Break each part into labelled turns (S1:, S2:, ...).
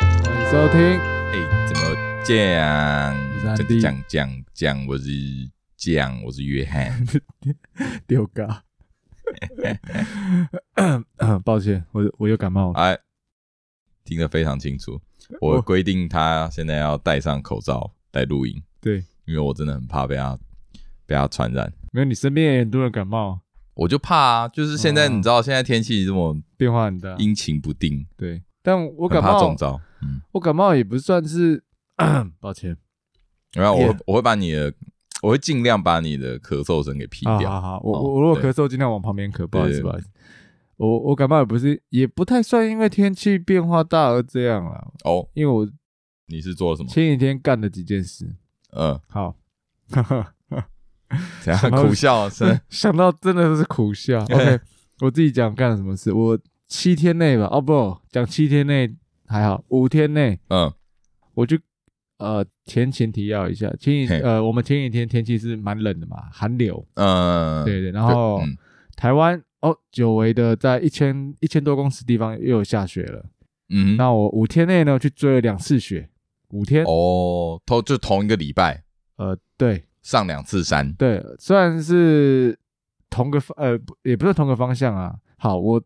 S1: 听，
S2: 哎、怎么讲？
S1: 我是安迪
S2: 讲讲讲讲，我是讲，我是约 翰。
S1: 丢嘎。 抱歉，我我又感冒了。
S2: 哎，听得非常清楚。我
S1: 我
S2: 规定他现在要戴上口罩来录音，
S1: 对，
S2: 因为我真的很怕被他被他传染。
S1: 没有你身边也很多人感冒，
S2: 我就怕啊，就是现在
S1: 嗯
S2: 你知道，现在天气这么
S1: 变化很大。
S2: 阴晴不定，
S1: 对，但我
S2: 我
S1: 感
S2: 怕
S1: 冒
S2: 中，招。嗯，
S1: 我感冒也不算 是，抱歉。
S2: 然后我
S1: Yeah
S2: 我会把你的，我会尽量把你的咳嗽声给劈
S1: 啊，
S2: 掉。
S1: 好好，我
S2: 哦
S1: 我我如果
S2: 对
S1: 咳嗽，尽量往旁边咳，不好意思，
S2: 对
S1: 不好意思。我我感冒也不是，也不太算因为天气变化大而这样啦，
S2: 哦，
S1: 因为我
S2: 你是做了什么？
S1: 前几天干了几件事。
S2: 嗯，
S1: 好，
S2: 怎样
S1: 什么
S2: 苦笑声？
S1: 想到真的是苦笑。OK，我自己讲干了什么事，我七天内吧，哦不，讲七天内还好，五天内
S2: 嗯，
S1: 我就呃前前提要一下，前几
S2: 嘿
S1: 呃我们前几天天气是蛮冷的嘛，寒流，
S2: 嗯，
S1: 对对，然后、
S2: 嗯
S1: 台湾哦久违的在一千一千多公尺地方又有下雪了，
S2: 嗯，
S1: 那我五天内呢去追了两次雪，五天，
S2: 哦，同就同一个礼拜
S1: 呃对，
S2: 上两次山，
S1: 对，虽然是同个方，呃，不也不是同个方向啊。好，我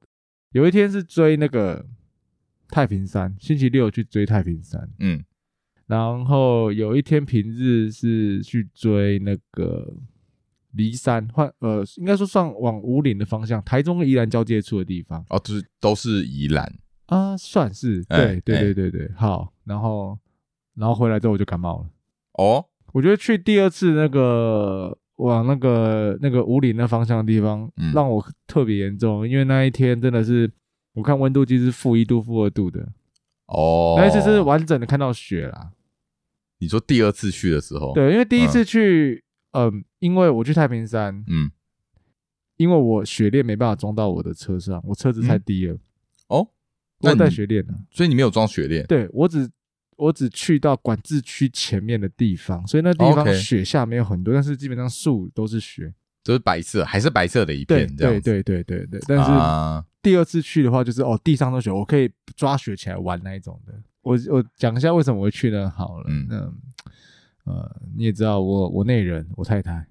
S1: 有一天是追那个太平山，星期六去追太平山，
S2: 嗯，
S1: 然后有一天平日是去追那个离山，换呃，应该说算往五岭的方向，台中跟宜兰交界处的地方
S2: 哦，就是都是宜兰，
S1: 啊，算是对、
S2: 哎
S1: 对
S2: 哎
S1: 对对对，好，然后然后回来之后我就感冒了。
S2: 哦，
S1: 我觉得去第二次那个往那个那个五岭那方向的地方，
S2: 嗯
S1: 让我特别严重，因为那一天真的是我看温度计是负一度、负二度的，
S2: 哦，
S1: 那一次是完整的看到雪啦。
S2: 你说第二次去的时候，，
S1: 对，因为第一次去，嗯、因为我去太平山，
S2: 嗯，
S1: 因为我雪链没办法装到我的车上，我车子太低了，
S2: 哦，嗯
S1: 我
S2: 那
S1: 有带
S2: 你
S1: 雪链的、
S2: 所以你没有装雪链，
S1: 对我只我只去到管制区前面的地方，所以那地方
S2: OK
S1: 雪下没有很多，但是基本上树都是雪。
S2: 就是白色，还是白色的一
S1: 对
S2: 片这样
S1: 对
S2: 子，
S1: 对对对对，但是。
S2: 啊，
S1: 第二次去的话，就是哦，地上都雪，我可以抓雪起来玩那一种的。我我讲一下为什么我会去呢？好了，
S2: 嗯
S1: 那呃，你也知道我我那人，我太太，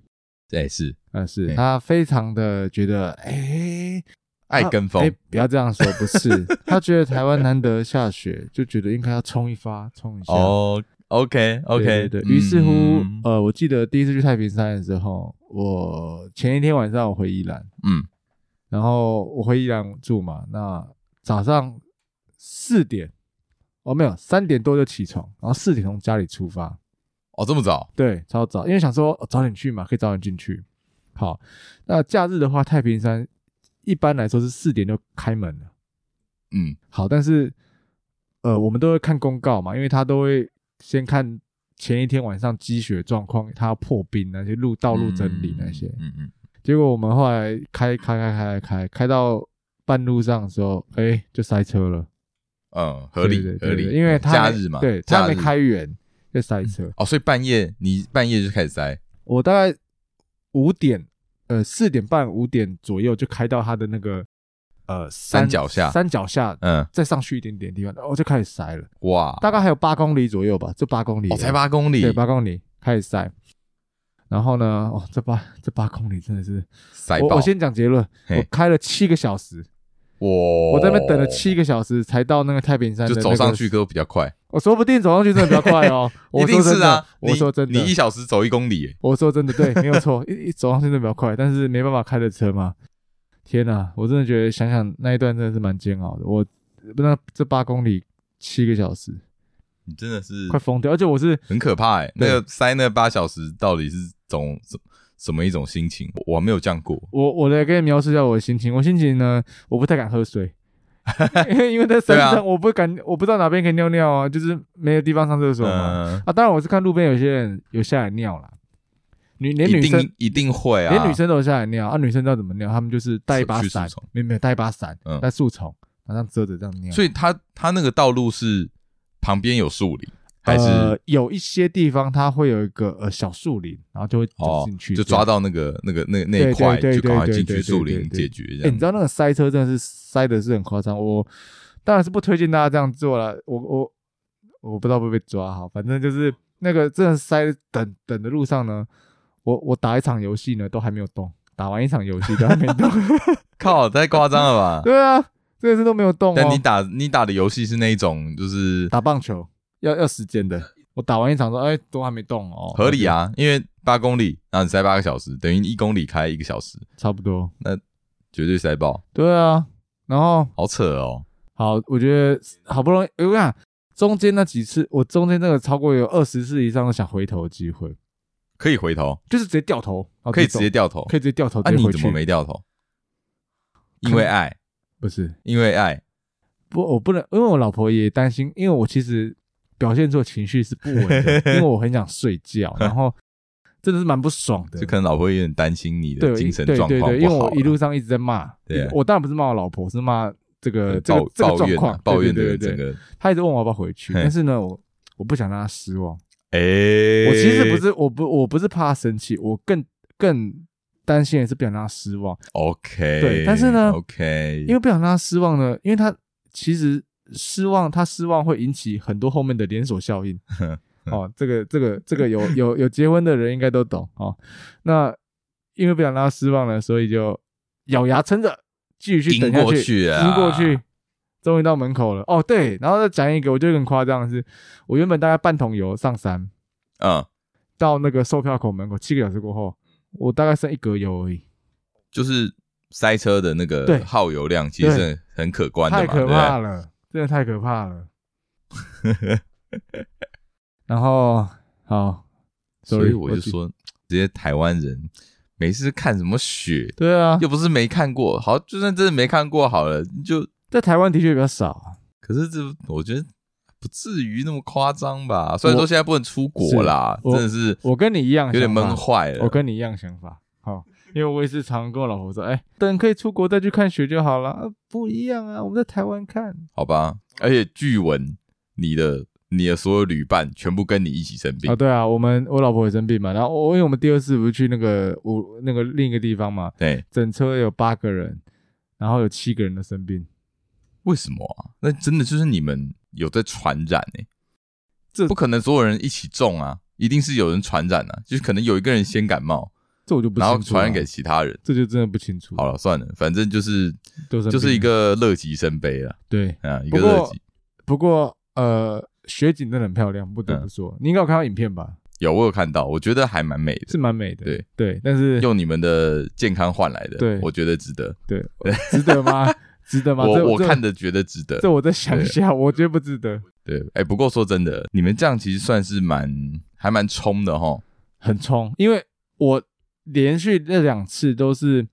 S2: 这也是
S1: 呃，是
S2: 对
S1: 她非常的觉得，哎、
S2: 爱
S1: 她
S2: 跟风
S1: 哎，不要这样说，不 是，她觉得台湾难得下雪，就觉得应该要冲一发，冲一下。
S2: 哦，OK 嗯
S1: 对
S2: OK，
S1: 对对于是乎，呃，我记得第一次去太平山的时候，我前一天晚上我回宜兰，
S2: 嗯，
S1: 然后我回宜兰住嘛，那早上四点，哦没有，三点多就起床，然后四点从家里出发，
S2: 哦，这么早，
S1: 对，超早，因为想说、哦早点去嘛，可以早点进去。好，那假日的话，太平山一般来说是四点就开门了。
S2: 嗯，
S1: 好，但是呃，我们都会看公告嘛，因为他都会先看前一天晚上积雪状况，他要破冰那些路道路整理那些。
S2: 嗯嗯，
S1: 结果我们后来开开开开开开到半路上的时候，哎，就塞车了，
S2: 嗯，合
S1: 对对
S2: 理
S1: 对
S2: 合
S1: 对
S2: 理，嗯
S1: 因为他
S2: 假
S1: 没
S2: 日嘛，
S1: 对，他
S2: 假
S1: 没
S2: 日
S1: 开远就塞车。
S2: 哦，所以半夜你半夜就开始塞，
S1: 我大概五点呃四点半五点左右就开到他的那个
S2: 呃，山脚下，
S1: 山脚下。
S2: 嗯，
S1: 再上去一点点的地方，然哦后就开始塞了，
S2: 哇，
S1: 大概还有八公里左右吧，就八公里而
S2: 哦，
S1: 已，
S2: 才八公里，
S1: 对，八公里开始塞。然后呢，哦，这八这八公里真的是，
S2: 塞
S1: 我
S2: 爆！
S1: 我先讲结论，
S2: 嘿
S1: 我开了七个小时，
S2: 我
S1: 我在那边等了七个小时才到那个太平山的、
S2: 就
S1: 那
S2: 走
S1: 个
S2: 上去，都比较快，
S1: 我说不定走上去真的比较快 哦。我
S2: 一
S1: 说
S2: 定
S1: 真
S2: 是
S1: 的
S2: 啊，，
S1: 我说
S2: 你
S1: 真
S2: 你一
S1: 的，
S2: 小时走一公里耶，
S1: 我说真的，对，没有错，一一走上去真的比较快，但是没办法开的车嘛。天哪，我真的觉得想想那一段真的是蛮煎熬的，我那这八公里七个小时
S2: 你真的是
S1: 快疯掉，而且我是
S2: 很可怕哎。
S1: 对
S2: 那个塞那八小时到底是种什什么一种心情？我我还没有这样过。
S1: 我我来跟你描述一下我的心情。我心情呢，我不太敢 喝水，因为因为在山
S2: 对啊
S1: 上，我不敢，我不知道哪边可以尿尿啊，就是没有地方上厕所嘛。
S2: 嗯，
S1: 啊，当然我是看路边有些人有下来尿啦，女连
S2: 一
S1: 女生
S2: 定一定会啊，
S1: 连女生都有下来尿啊，女生知道怎么尿，她们就是带一把
S2: 去树
S1: 伞
S2: 丛，
S1: 没有没有带一把伞
S2: 嗯，
S1: 带树丛，然后这样遮着这样尿。
S2: 所以他他那个道路是旁边有树林，还
S1: 呃
S2: 是
S1: 有一些地方它会有一个呃小树林，然后就会走
S2: 哦
S1: 进去，
S2: 就抓到那个那个那那
S1: 对
S2: 一块，
S1: 对对
S2: 就赶快
S1: 对对
S2: 进
S1: 对
S2: 去树
S1: 对
S2: 林
S1: 对
S2: 解决这
S1: 哎、
S2: 样。
S1: 你知道那个塞车真的是塞的是很夸张，我当然是不推荐大家这样做了。我我我不知道会不会被抓哈，反正就是那个真的塞等等的路上呢，我我打一场游戏呢都还没有动，打完一场游戏都还没动，
S2: 靠，太夸张了吧？
S1: 对啊，这个是都没有动、哦。
S2: 但你打你打的游戏是那一种，就是
S1: 打棒球要要时间的，我打完一场说，哎，都还没动哦，
S2: 合理，啊，因为八公里，然后你塞八个小时，等于一公里开一个小时，
S1: 差不多，
S2: 绝对塞爆，
S1: 对啊，然后
S2: 好扯哦。
S1: 好，我觉得好不容易，我跟你讲，中间那几次，我中间那个超过有二十次以上的想回头的机会，
S2: 可以回头，
S1: 就是直接掉头，然后
S2: 可以直接
S1: 走
S2: 掉头。
S1: 哦可以直接掉头，
S2: 那
S1: 直接
S2: 你
S1: 回
S2: 怎
S1: 去。
S2: 么没掉头？因为爱，
S1: 不是
S2: 因为爱，
S1: 不，我不能，因为我老婆也担心，因为我其实表现出的情绪是不稳的， 因为我很想睡觉，然后真的是蛮不爽 的
S2: 就。可能老婆有点担心你
S1: 对
S2: 的精神
S1: 对
S2: 状
S1: 对
S2: 况
S1: 对，因
S2: 不
S1: 为
S2: 好
S1: 我
S2: 了。
S1: 一路上一直在骂，
S2: 对啊
S1: 我当然不是骂我老婆，我是骂这个呃这
S2: 抱
S1: 个这个
S2: 抱
S1: 状
S2: 怨啊
S1: 况，
S2: 抱怨
S1: 对
S2: 的
S1: 对对
S2: 整
S1: 对。
S2: 个，
S1: 她一直问我要不要回去，
S2: 嘿
S1: 但是呢，我我不想让她失望。
S2: 哎，
S1: 我其实不是，我不我不是怕她生气，我更更担心的是不想让她失望。
S2: OK，
S1: 对但是呢
S2: ，OK，。
S1: 因为不想让他失望呢，因为他其实失望，他失望会引起很多后面的连锁效应 哦，这个这个这个有有有结婚的人应该都懂哦。那因为不想让他失望了，所以就咬牙撑着继续去等
S2: 盯
S1: 下
S2: 过去
S1: 去，
S2: 啊
S1: 盯过去，终于到门口了。哦，对，然后再讲一个，我觉得很夸张的是，我原本大概半桶油上山
S2: 嗯，
S1: 到那个售票口门口，七个小时过后，我大概剩一格油而已。
S2: 就是塞车的那
S1: 对
S2: 个耗油量其实
S1: 对
S2: 是很可观的
S1: 太
S2: 嘛，对
S1: 可
S2: 不对
S1: 怕？了，真的太可怕了。 然后好
S2: 所以
S1: sorry，
S2: 我就
S1: 记
S2: 说，直接台湾人每次看什么雪，
S1: 对啊，
S2: 又不是没看过，好，就算真的没看过好了，就
S1: 在台湾的确比较少啊，
S2: 可是这我觉得不至于那么夸张吧。虽然说现在不能出国啦，
S1: 我
S2: 真的是
S1: 我跟你一样，
S2: 有点闷。坏
S1: 我
S2: 了。
S1: 跟你一样想法，好、因为我也是常跟我老婆说，哎，等可以出国再去看雪就好了、啊不一样啊，我们在台湾看，
S2: 好吧，而且据闻你的你的所有旅伴全部跟你一起生病
S1: 啊，，对啊，我们我老婆也生病嘛，然后我因为我们第二次不是去那个我那个另一个地方嘛，
S2: 对，
S1: 整车有八个人，然后有七个人都生病，
S2: 为什么啊？那真的就是你们有在传染哎、
S1: 这
S2: 不可能所有人一起中啊，一定是有人传染啊，就是可能有一个人先感冒，
S1: 这我就不
S2: 然后
S1: 清楚啊
S2: 传染
S1: 了
S2: 给其他人。
S1: 这就真的不清楚。
S2: 好了，算了，反正就是
S1: 都生病了
S2: 就是一个乐极生悲了
S1: 对，
S2: 啊，一
S1: 不
S2: 个
S1: 过
S2: 乐极。
S1: 不过呃，雪景真的很漂亮，不
S2: 嗯
S1: 得不说，你应该有看到影片吧，
S2: 有我有看到，我觉得还蛮美的，
S1: 是蛮美的。
S2: 对
S1: 对，但是
S2: 用你们的健康换来的，
S1: 对
S2: 我觉得值得。
S1: 对，值得 吗？值得吗？这
S2: 我我
S1: 这
S2: 看的觉得值得。
S1: 这我再想一下，我觉得不值得，
S2: 对，哎、不过说真的，你们这样其实算是蛮还蛮冲的哈。
S1: 很冲，因为我连续那两次都是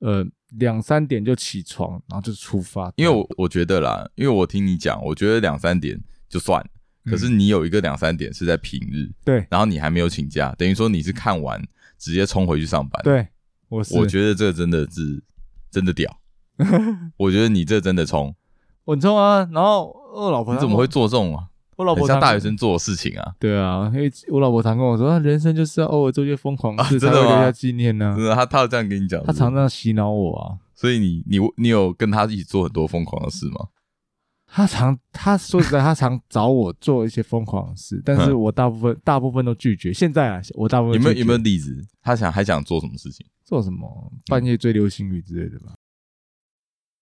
S1: 呃两三点就起床，然后就出发，
S2: 因为我我觉得啦，因为我听你讲，我觉得两三点就算了，
S1: 嗯
S2: 可是你有一个两三点是在平日，
S1: 对
S2: 然后你还没有请假，等于说你是看完直接冲回去上班。，
S1: 对我是
S2: 我觉得这个真的是真的 屌，我觉得你这真的冲，
S1: 我很冲啊，然后我老婆
S2: 你
S1: 她
S2: 怎么会？做这种啊？
S1: 我老
S2: 很
S1: 婆
S2: 像
S1: 她
S2: 大学生做的事情啊！
S1: 对啊，因为我老婆常跟我说，啊人生就是要偶尔做些疯狂的事，
S2: 啊
S1: 才
S2: 真
S1: 会
S2: 的吗
S1: 留下纪念呢、
S2: 真的，啊他他有这样跟你讲，
S1: 她啊常
S2: 是不是
S1: 这样洗脑我啊，
S2: 所以你你你有跟他一起做很多疯狂的事吗？
S1: 她常 她说实在，她常找我做一些疯狂的事，但
S2: 嗯
S1: 是我大部分大部分都拒绝。现在啊，我大部分
S2: 有没有有没有
S1: 拒绝
S2: 例子？他想还想做什么事情
S1: 做什么半夜追流星雨之类的吧？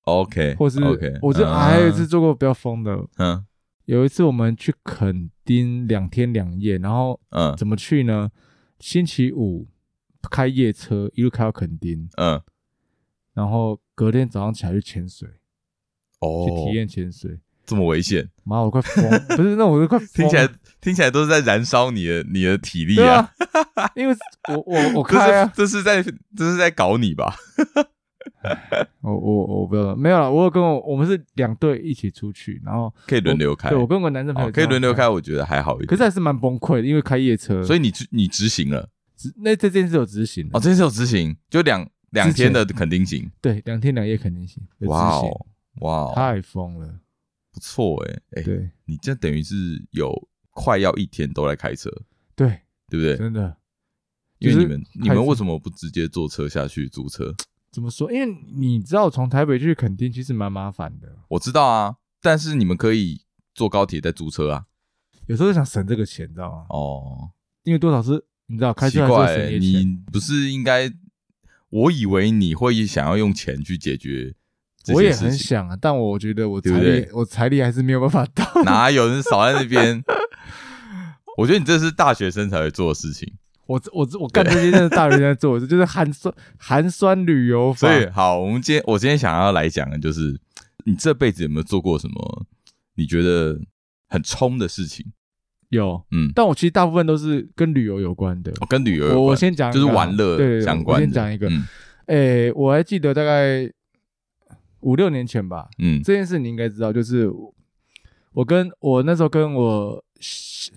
S2: ？OK，
S1: 或是
S2: OK，
S1: 我这
S2: 嗯
S1: 还有一次做过比较疯的，
S2: 嗯
S1: 有一次我们去垦丁两天两夜，然后
S2: 嗯
S1: 怎么去呢？星期五开夜车一路开到垦丁，
S2: 嗯，
S1: 然后隔天早上起来去潜水。
S2: 哦，
S1: 去体验潜水。
S2: 这么危险，
S1: 妈，我快疯，不是，那我都快疯
S2: 听起来
S1: 了
S2: 听起来都是在燃烧你的你的体力
S1: 对
S2: 啊！
S1: 啊，因为我我我
S2: 这
S1: 开
S2: 是
S1: 啊，
S2: 这是在这是在搞你 吧？
S1: 我我我不知道，没有了，我有跟我我们是两队一起出去，然后
S2: 可以轮流开，
S1: 对我跟我男生朋
S2: 哦
S1: 友
S2: 可以轮流
S1: 这样，
S2: 开，我觉得还好一
S1: 可
S2: 点。
S1: 是呃还是蛮崩溃的，因为开夜车，
S2: 所
S1: 以
S2: 以你执你执行了
S1: 嗯那这件事有执行
S2: 哦，
S1: 的，
S2: 这是有执行，就两两天的肯定行，
S1: 对，两天两夜肯定行，有执
S2: 哇
S1: 行
S2: 哦哇哦，
S1: 太疯了，
S2: 不错哎哎，
S1: 对
S2: 你这等于是有快要一天都在开车，
S1: 对，
S2: 对不对？
S1: 真的
S2: 因为
S1: 就是
S2: 你们
S1: 开
S2: 你们
S1: 车
S2: 为什么不直接坐车下去租车？
S1: 怎么说？因为你知道从台北去垦丁其实蛮麻烦的，
S2: 我知道啊，但是你们可以坐高铁再租车啊。
S1: 有时候想省这个钱，你知道吗？
S2: 哦，
S1: 因为多少是，你知道开
S2: 奇
S1: 车还
S2: 怪、欸
S1: 是省点钱。
S2: 你不是应该？我以为你会想要用钱去解决这
S1: 我也
S2: 些事
S1: 很
S2: 情，
S1: 想啊，但我觉得我
S2: 对
S1: 财
S2: 不对
S1: 力，我财力还是没有办法 到。
S2: 哪有人少在那边？ 我觉得你这是大学生才会做的事情。
S1: 我我我干这些真的大人在做，这 就是寒酸寒酸旅游法
S2: 所。以好，我们今天我今天想要来讲的就是，你这辈子有没有做过什么你觉得很冲的事情？
S1: 有，
S2: 嗯，
S1: 但我其实大部分都是跟旅游有关的。
S2: 哦跟旅游有
S1: 我我
S2: 关
S1: 先讲一
S2: 就
S1: 个
S2: 是
S1: 啊，
S2: 玩
S1: 对对
S2: 乐
S1: 对
S2: 相关的。
S1: 我先讲一个，
S2: 嗯
S1: 诶，我还记得大概五六年前吧，
S2: 嗯
S1: 这件事你应该知道，就是我跟我那时候跟我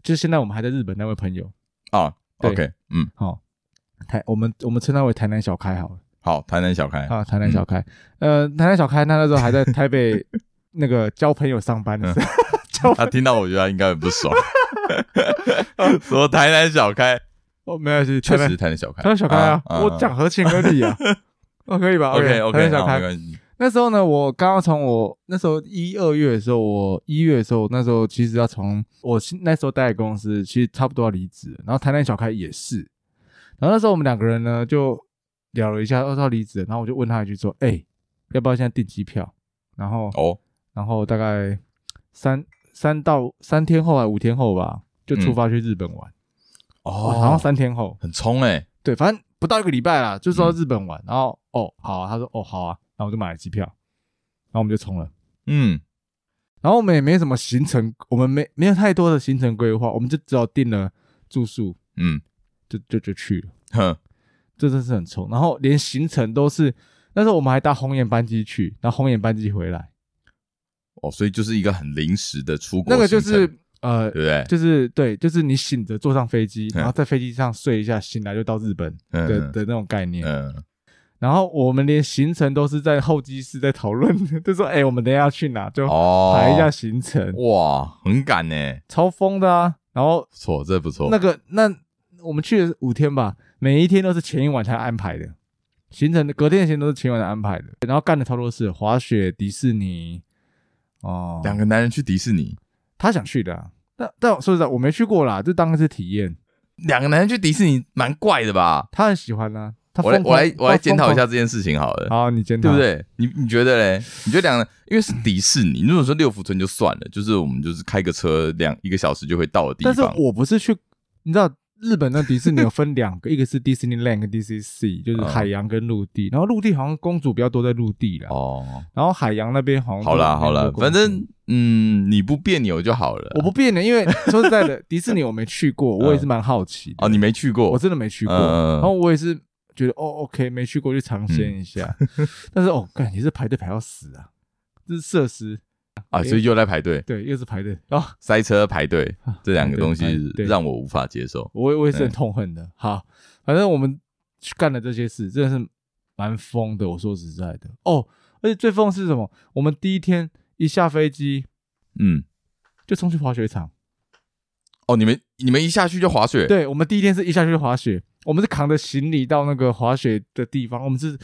S1: 就是现在我们还在日本那位朋友，
S2: 啊
S1: 对
S2: ，OK，嗯，
S1: 好、台我们我们称他为台南小开好了
S2: 好，台南小开，
S1: 啊，台南小开，呃，台南小开他那时候还在台北 那个交朋友上班的时候，
S2: 嗯他听到我觉得他应该很不爽， 说台南小开，
S1: 哦，没有，是
S2: 确
S1: 台
S2: 实
S1: 南
S2: 是台南小开，
S1: 台南小开啊，我讲合情 合理啊，哦，可以吧
S2: OK OK，
S1: 台南小开
S2: 啊没，关系，
S1: 那时候呢，我刚刚从我那时候一二月的时候，我一月的时候，那时候其实要从我新那时候待的公司，其实差不多要离职了，然后台南小开也是，然后那时候我们两个人呢就聊了一下，哦，他离职了，然后我就问他一句说，哎、要不要现在订机票？然后，
S2: 哦，
S1: 然后大概三三到三天后还五天后吧，就出发去日本玩，
S2: 哦
S1: 哦，好像三天后，
S2: 很冲哎，
S1: 对，反正不到一个礼拜啦，就
S2: 嗯
S1: 说到日本玩，然后哦好啊，他说哦好啊，然后我就买了机票，然后我们就冲了。
S2: 嗯，
S1: 然后我们也没什么行程，我们没没有太多的行程规划，我们就只好订了住宿，
S2: 嗯，
S1: 就就就去了，
S2: 哼，
S1: 这真是很冲。然后连行程都是，那时候我们还搭红眼班机去，然后红眼班机回来，
S2: 哦，所以就是一个很临时的出国
S1: 那
S2: 行程，
S1: 个就是呃
S2: 对，不对？
S1: 就是对，就是你醒着坐上飞机，
S2: 嗯
S1: 然后在飞机上睡一下，醒来就到日本
S2: 嗯
S1: 的
S2: 嗯
S1: 的那种概念。
S2: 嗯，
S1: 然后我们连行程都是在候机室在讨论 的，就说哎、我们等一下要去哪，就
S2: 哦，
S1: 排一下，行程，
S2: 哇，很赶呢，
S1: 超疯的啊。然后
S2: 不错，这不错，
S1: 那个那我们去了五天吧，每一天都是前一晚才安排的，行程的隔天的行程都是前一晚才安排的，然后干了超多事，滑雪、迪士尼，哦，
S2: 两个男人去迪士尼，
S1: 他想去的啊、但但说实在，我没去过啦，就当个是体验。
S2: 两个男人去迪士尼蛮怪的吧？
S1: 他很喜欢啊，他
S2: 我来
S1: 疯狂
S2: 我来我来检讨一。
S1: 他
S2: 下这件事情好了
S1: 疯。狂好，你检讨
S2: 对不？对？你你觉得嘞？你觉得两个，因为是迪士尼，如果说六福村就算了，就是我们就是开个车两一个小时就会到的地
S1: 但是
S2: 方。
S1: 我不是去，你知道日本那迪士尼有分两个，一个是 Disneyland 跟 DCC，就是
S2: 嗯
S1: 海洋跟陆地。然后陆地好像公主比较多在陆地啦，
S2: 哦，
S1: 然后海洋那边好像
S2: 好啦好啦
S1: 了，，
S2: 反正嗯，你不别扭就好了。啊
S1: 我不变的，因为说实在的， 迪士尼我没去过，我也是蛮好奇的。
S2: 嗯哦，你没去过
S1: 我真的没去过，
S2: 嗯嗯嗯
S1: 然后我也是觉得哦，OK，没去过就尝鲜一下。
S2: 嗯
S1: 但是哦，干也是排队排到死啊，这是设施，
S2: 啊，所以又在排队、
S1: 对，又是排队啊、
S2: 塞车、排队
S1: 啊
S2: 这两个东
S1: 排
S2: 西
S1: 队对
S2: 让我无法接受。
S1: 我我也是很痛恨的。好，反正我们去干了这些事，真的是蛮疯的。我说实在的，哦，而且最疯的是什么？我们第一天一下飞机
S2: 嗯，
S1: 就冲去滑雪场。
S2: 哦，你们你们一下去就滑雪，
S1: 对，我们第一天是一下去滑雪，我们是扛着行李到那个滑雪的地方，我们是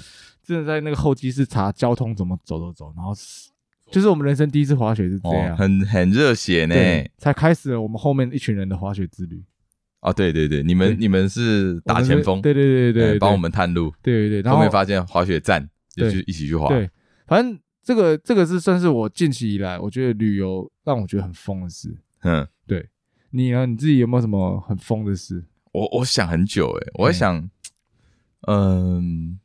S1: 真的在那个候机室查交通怎么走走走，然后是就是我们人生第一次滑雪是这
S2: 哦
S1: 样，，
S2: 很很热血呢。
S1: 啊对，才开始了我们后面一群人的滑雪之旅。
S2: 哦，对对对，你们
S1: 对
S2: 你们是打前锋，
S1: 我们是对对对对
S2: 哎
S1: 对，
S2: 帮我们探路。
S1: 对对对，然
S2: 后
S1: 后
S2: 面发现滑雪站就
S1: 对
S2: 去一起去滑。
S1: 对，反正这个这个是算是我近期以来我觉得旅游让我觉得很疯的事。
S2: 嗯，
S1: 你呢？你自己有没有什么很疯的事？
S2: 我我想很久诶、我在想，嗯，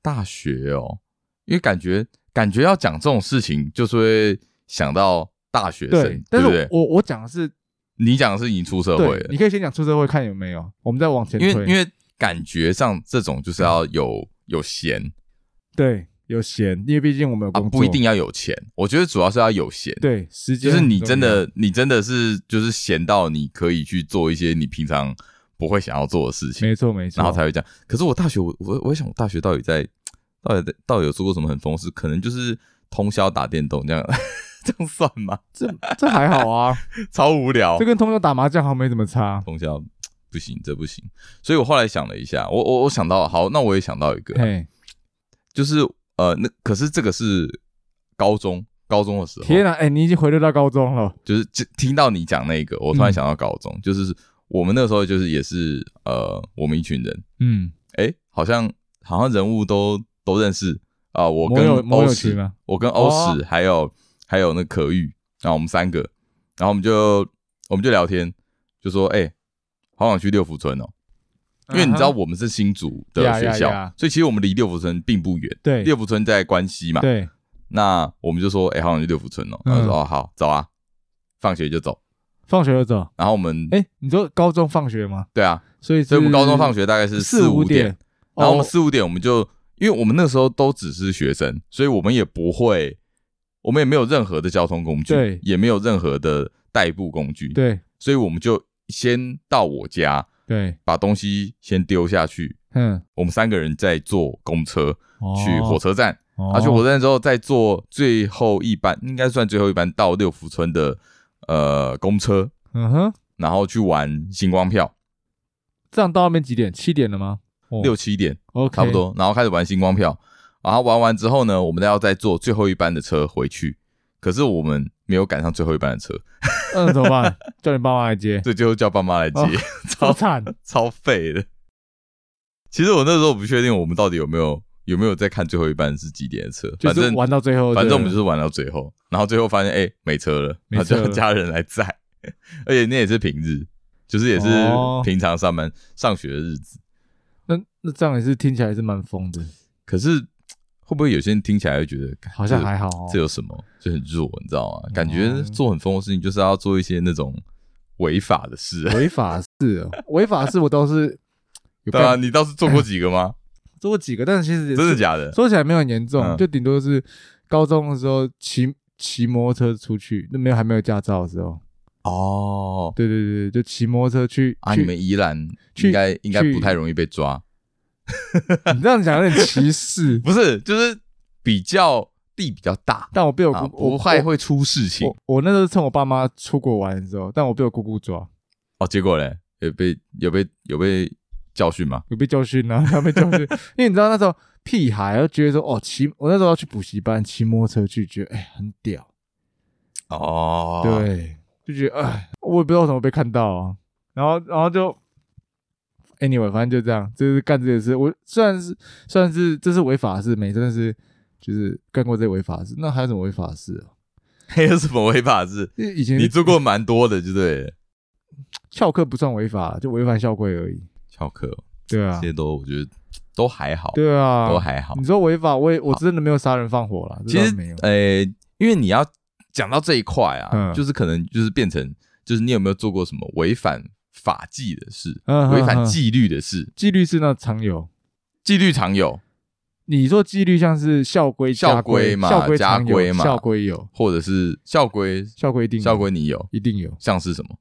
S2: 大学哦，因为感觉感觉要讲这种事情，就是会想到大学生，
S1: 对，但
S2: 不
S1: 是
S2: 对？
S1: 我我讲的是
S2: 你讲的是已经出社会
S1: 对，
S2: 了
S1: 你，可以先讲出社会看有没有，我们再往前
S2: 因
S1: 推。
S2: 为因为感觉上这种就是要有有闲
S1: 对，有闲，因为毕竟我们有
S2: 啊，
S1: 工作，
S2: 不一定要有钱，我觉得主要是要有闲。
S1: 对时
S2: 就
S1: 间
S2: 是
S1: 很
S2: 你
S1: 重
S2: 真
S1: 要
S2: 的，你真的是就是闲到你可以去做一些你平常不会想要做的事情，
S1: 没错没错，
S2: 然后才会这样。可是我大学，我我我在想，我大学到底在到底在到底有做过什么很疯的事？可能就是通宵打电动这样， 这样算吗？
S1: 这这还好啊，
S2: 超无聊
S1: 这，跟通宵打麻将好像没怎么差。
S2: 通宵不行，这不行。所以我后来想了一下，我我我想到，好，那我也想到一个，
S1: 嘿，
S2: 就是呃，那可是这个是高中，高中的时候，
S1: 天啊，哎、你已经回流到高中了，
S2: 就是就听到你讲那个，我
S1: 嗯
S2: 突然想到高中，就是我们那时候就是也是呃，我们一群人，
S1: 嗯，
S2: 哎、好像好像人物都都认识啊、我
S1: 摩
S2: 跟
S1: 友摩
S2: 欧
S1: 友
S2: 史
S1: 群吗，
S2: 我跟欧
S1: 哦
S2: 史、还有还有那可玉，然后我们三个，然后我们就我们就聊天，就说哎、好想去六福村哦，因为你知道
S1: 嗯哼
S2: 我们是新竹的
S1: 呀
S2: 学
S1: 呀
S2: 校
S1: 呀
S2: 所以其实我们离六福村并不远，
S1: 对
S2: 六福啊村在关西嘛，
S1: 对，
S2: 那我们就说哎、好想去六福村哦，
S1: 嗯
S2: 然后说、哦好走啊，放学就走，
S1: 放学就走。
S2: 然后我们
S1: 哎、你说高中放学吗？
S2: 对啊，
S1: 所以
S2: 所以我们高中放
S1: 学
S2: 学大概是
S1: 四
S2: 五
S1: 点，
S2: 点，然后我们
S1: 哦
S2: 四五点我们就，因为我们那时候都只是学生，所以我们也不会，我们也没有任何的交通工具，
S1: 对
S2: 也没有任何的代步工具，，
S1: 对
S2: 所以我们就先到我家
S1: 对，
S2: 把东西先丢下去，
S1: 嗯，
S2: 我们三个人再坐公车去火车站，
S1: 哦，
S2: 啊，去火车站之后再坐最后一班，应该算最后一班到六福村的呃公车，
S1: 嗯哼，
S2: 然后去玩星光票，
S1: 这样到那边几点？七点了吗？哦
S2: 六七点。
S1: ，OK，
S2: 差不，多，然后开始玩星光票，然后玩完之后呢，我们要再坐最后一班的车回去，可是我们没有赶上最后一班的车，
S1: 嗯，怎么办？叫你爸妈来接，
S2: 所以最后叫爸妈来接，
S1: 哦好
S2: 超
S1: 惨，
S2: 超废的。其实我那时候不确定我们到底有没有有没有在看最后一班是几点的车，
S1: 就
S2: 反
S1: 是
S2: 正
S1: 玩到最后，
S2: 反正我们就是玩到最后，然后最后发现哎、没车了，
S1: 没
S2: 然后
S1: 车了
S2: 叫家人来载， 而且那也是平日，就是也是
S1: 哦
S2: 平常上班、上学的日子。
S1: 那那这样也是听起来是蛮疯的，
S2: 可是会不会有些人听起来会觉得干
S1: 好像
S2: 这个
S1: 还好、哦
S2: 这，有什么？就很弱，你知道吗？感觉做很疯的事情，就是要做一些那种违法的事。
S1: 违法事哦，违法事我倒是 有
S2: 对啊，
S1: 干
S2: 你倒是做过几个吗？
S1: 做过几个， 但是其实也
S2: 真的
S1: 是
S2: 假的？
S1: 说起来没有很严重，
S2: 嗯
S1: 就顶多是高中的时候骑骑摩托车出去，那没有还没有驾照的时候，
S2: 哦，
S1: 对对对，就骑摩托车去
S2: 啊，
S1: 去
S2: 你们宜兰
S1: 去
S2: 应该应该
S1: 去
S2: 不太容易被抓，
S1: 你这样讲有点歧视
S2: ，不是？就是比较地比较大，
S1: 但我被我
S2: 啊，
S1: 姑我
S2: 不太会出事情
S1: 我。我那时候趁我爸妈出国玩的时候，但我被我姑姑抓，
S2: 哦。结果嘞，有被有被有被教训吗？
S1: 有被教训啊， 他被教训，因为你知道那时候屁孩，就觉得说哦骑，我那时候要去补习班骑摩托车去，觉得哎、很屌，
S2: 哦，，
S1: 对，就觉得哎，我也不知道为什么被看到啊，然后然后就。Anyway，反正就这样，就是干这些事。我虽然是虽然是这是违法的事，没，真的是就是干过这些违法的事。那还有什么违法的事、啊？
S2: 还有什么违法事？
S1: 因为以前
S2: 你做过蛮多的，就对了。
S1: 翘课不算违法，啊就违反校规而已。
S2: 翘课哦
S1: 对
S2: 这
S1: 啊，
S2: 些都我觉得都还好，
S1: 对啊，
S2: 都还好
S1: 你。说违法，我也我真的没有杀人放火啦，
S2: 其
S1: 这
S2: 实
S1: 倒没有，
S2: 呃，因为你要讲到这一块啊，
S1: 嗯
S2: 就是可能就是变成，就是你有没有做过什么违反法纪的事，
S1: 嗯
S2: 违、
S1: 嗯
S2: 反
S1: 嗯
S2: 纪律的事？
S1: 纪律是那常有。
S2: 纪律常有，
S1: 你说纪律像是校规、
S2: 校
S1: 家规
S2: 规嘛
S1: 校规
S2: 家
S1: 常有
S2: 规嘛
S1: 校规有，
S2: 或者是校规，
S1: 校规一定有
S2: 校规你有，
S1: 一定有。
S2: 像是什么？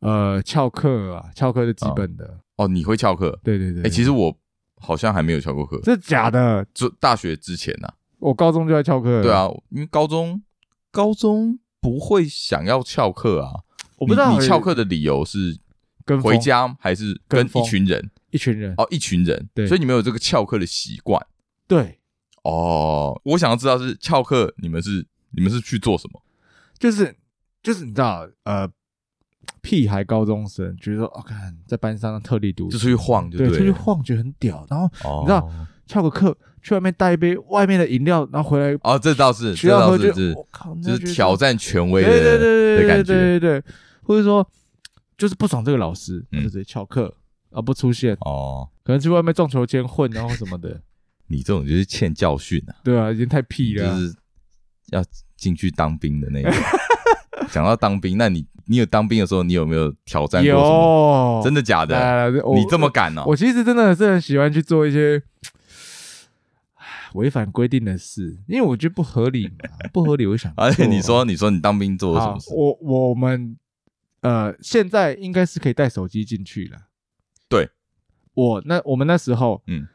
S1: 呃，翘课啊，翘课是基本的，
S2: 哦，你会翘课？
S1: 对对对。
S2: 哎、其
S1: 实
S2: 实我好像还没有翘过课，
S1: 这假的，
S2: 就大学之前呐、啊，
S1: 我高中就在翘课。
S2: 对，啊，因为高中高中不会想要翘课啊，
S1: 我不知道
S2: 你你翘课的理由是
S1: 跟风
S2: 回家还是跟
S1: 跟风
S2: 一群人？
S1: 一群人，
S2: 哦，一群人，
S1: 对
S2: 所以你们有这个翘课的习惯。
S1: 对，
S2: 哦，我想要知道是翘课，你们是你们是去做什么？
S1: 就是就是你知道，呃，屁孩高中生觉得说，哦，看在班上特立独
S2: 就
S1: 行，
S2: 出去晃就
S1: 对，
S2: 了
S1: 出去晃觉得很屌，然后
S2: 哦，
S1: 你知道翘个课去外面带一杯外面的饮料，然后回来
S2: 哦，这倒是，
S1: 学
S2: 这
S1: 校
S2: 倒
S1: 喝
S2: 是，
S1: 就
S2: 就是
S1: 我靠，那
S2: 就是
S1: 觉得
S2: 挑战权威
S1: 对
S2: 的
S1: 对对对
S2: 的
S1: 对
S2: 感
S1: 对
S2: 觉。
S1: 对对，对或者说就是不爽这个老师，
S2: 嗯
S1: 就直接翘课啊不出现，
S2: 哦，
S1: 可能去外面撞球间混然后什么 的，
S2: 你这种就是欠教训啊，
S1: 对啊，已经太屁了
S2: 就
S1: 啊。
S2: 是要进去当兵的那种。讲到当兵，那你你有当兵的时候，你有没有挑战过什么？
S1: 有
S2: 真的假
S1: 来
S2: 的？
S1: 来来我
S2: 你这么敢哦？
S1: 我其实真的是很喜欢去做一些违反规定的事，因为我觉得不合理嘛，不合理我就想 做。啊
S2: 而且你说你说你当兵做了什
S1: 好
S2: 么，事？
S1: 我我们呃，现在应该是可以带手机进去了。
S2: 对，
S1: 我那我们那时候，
S2: 嗯，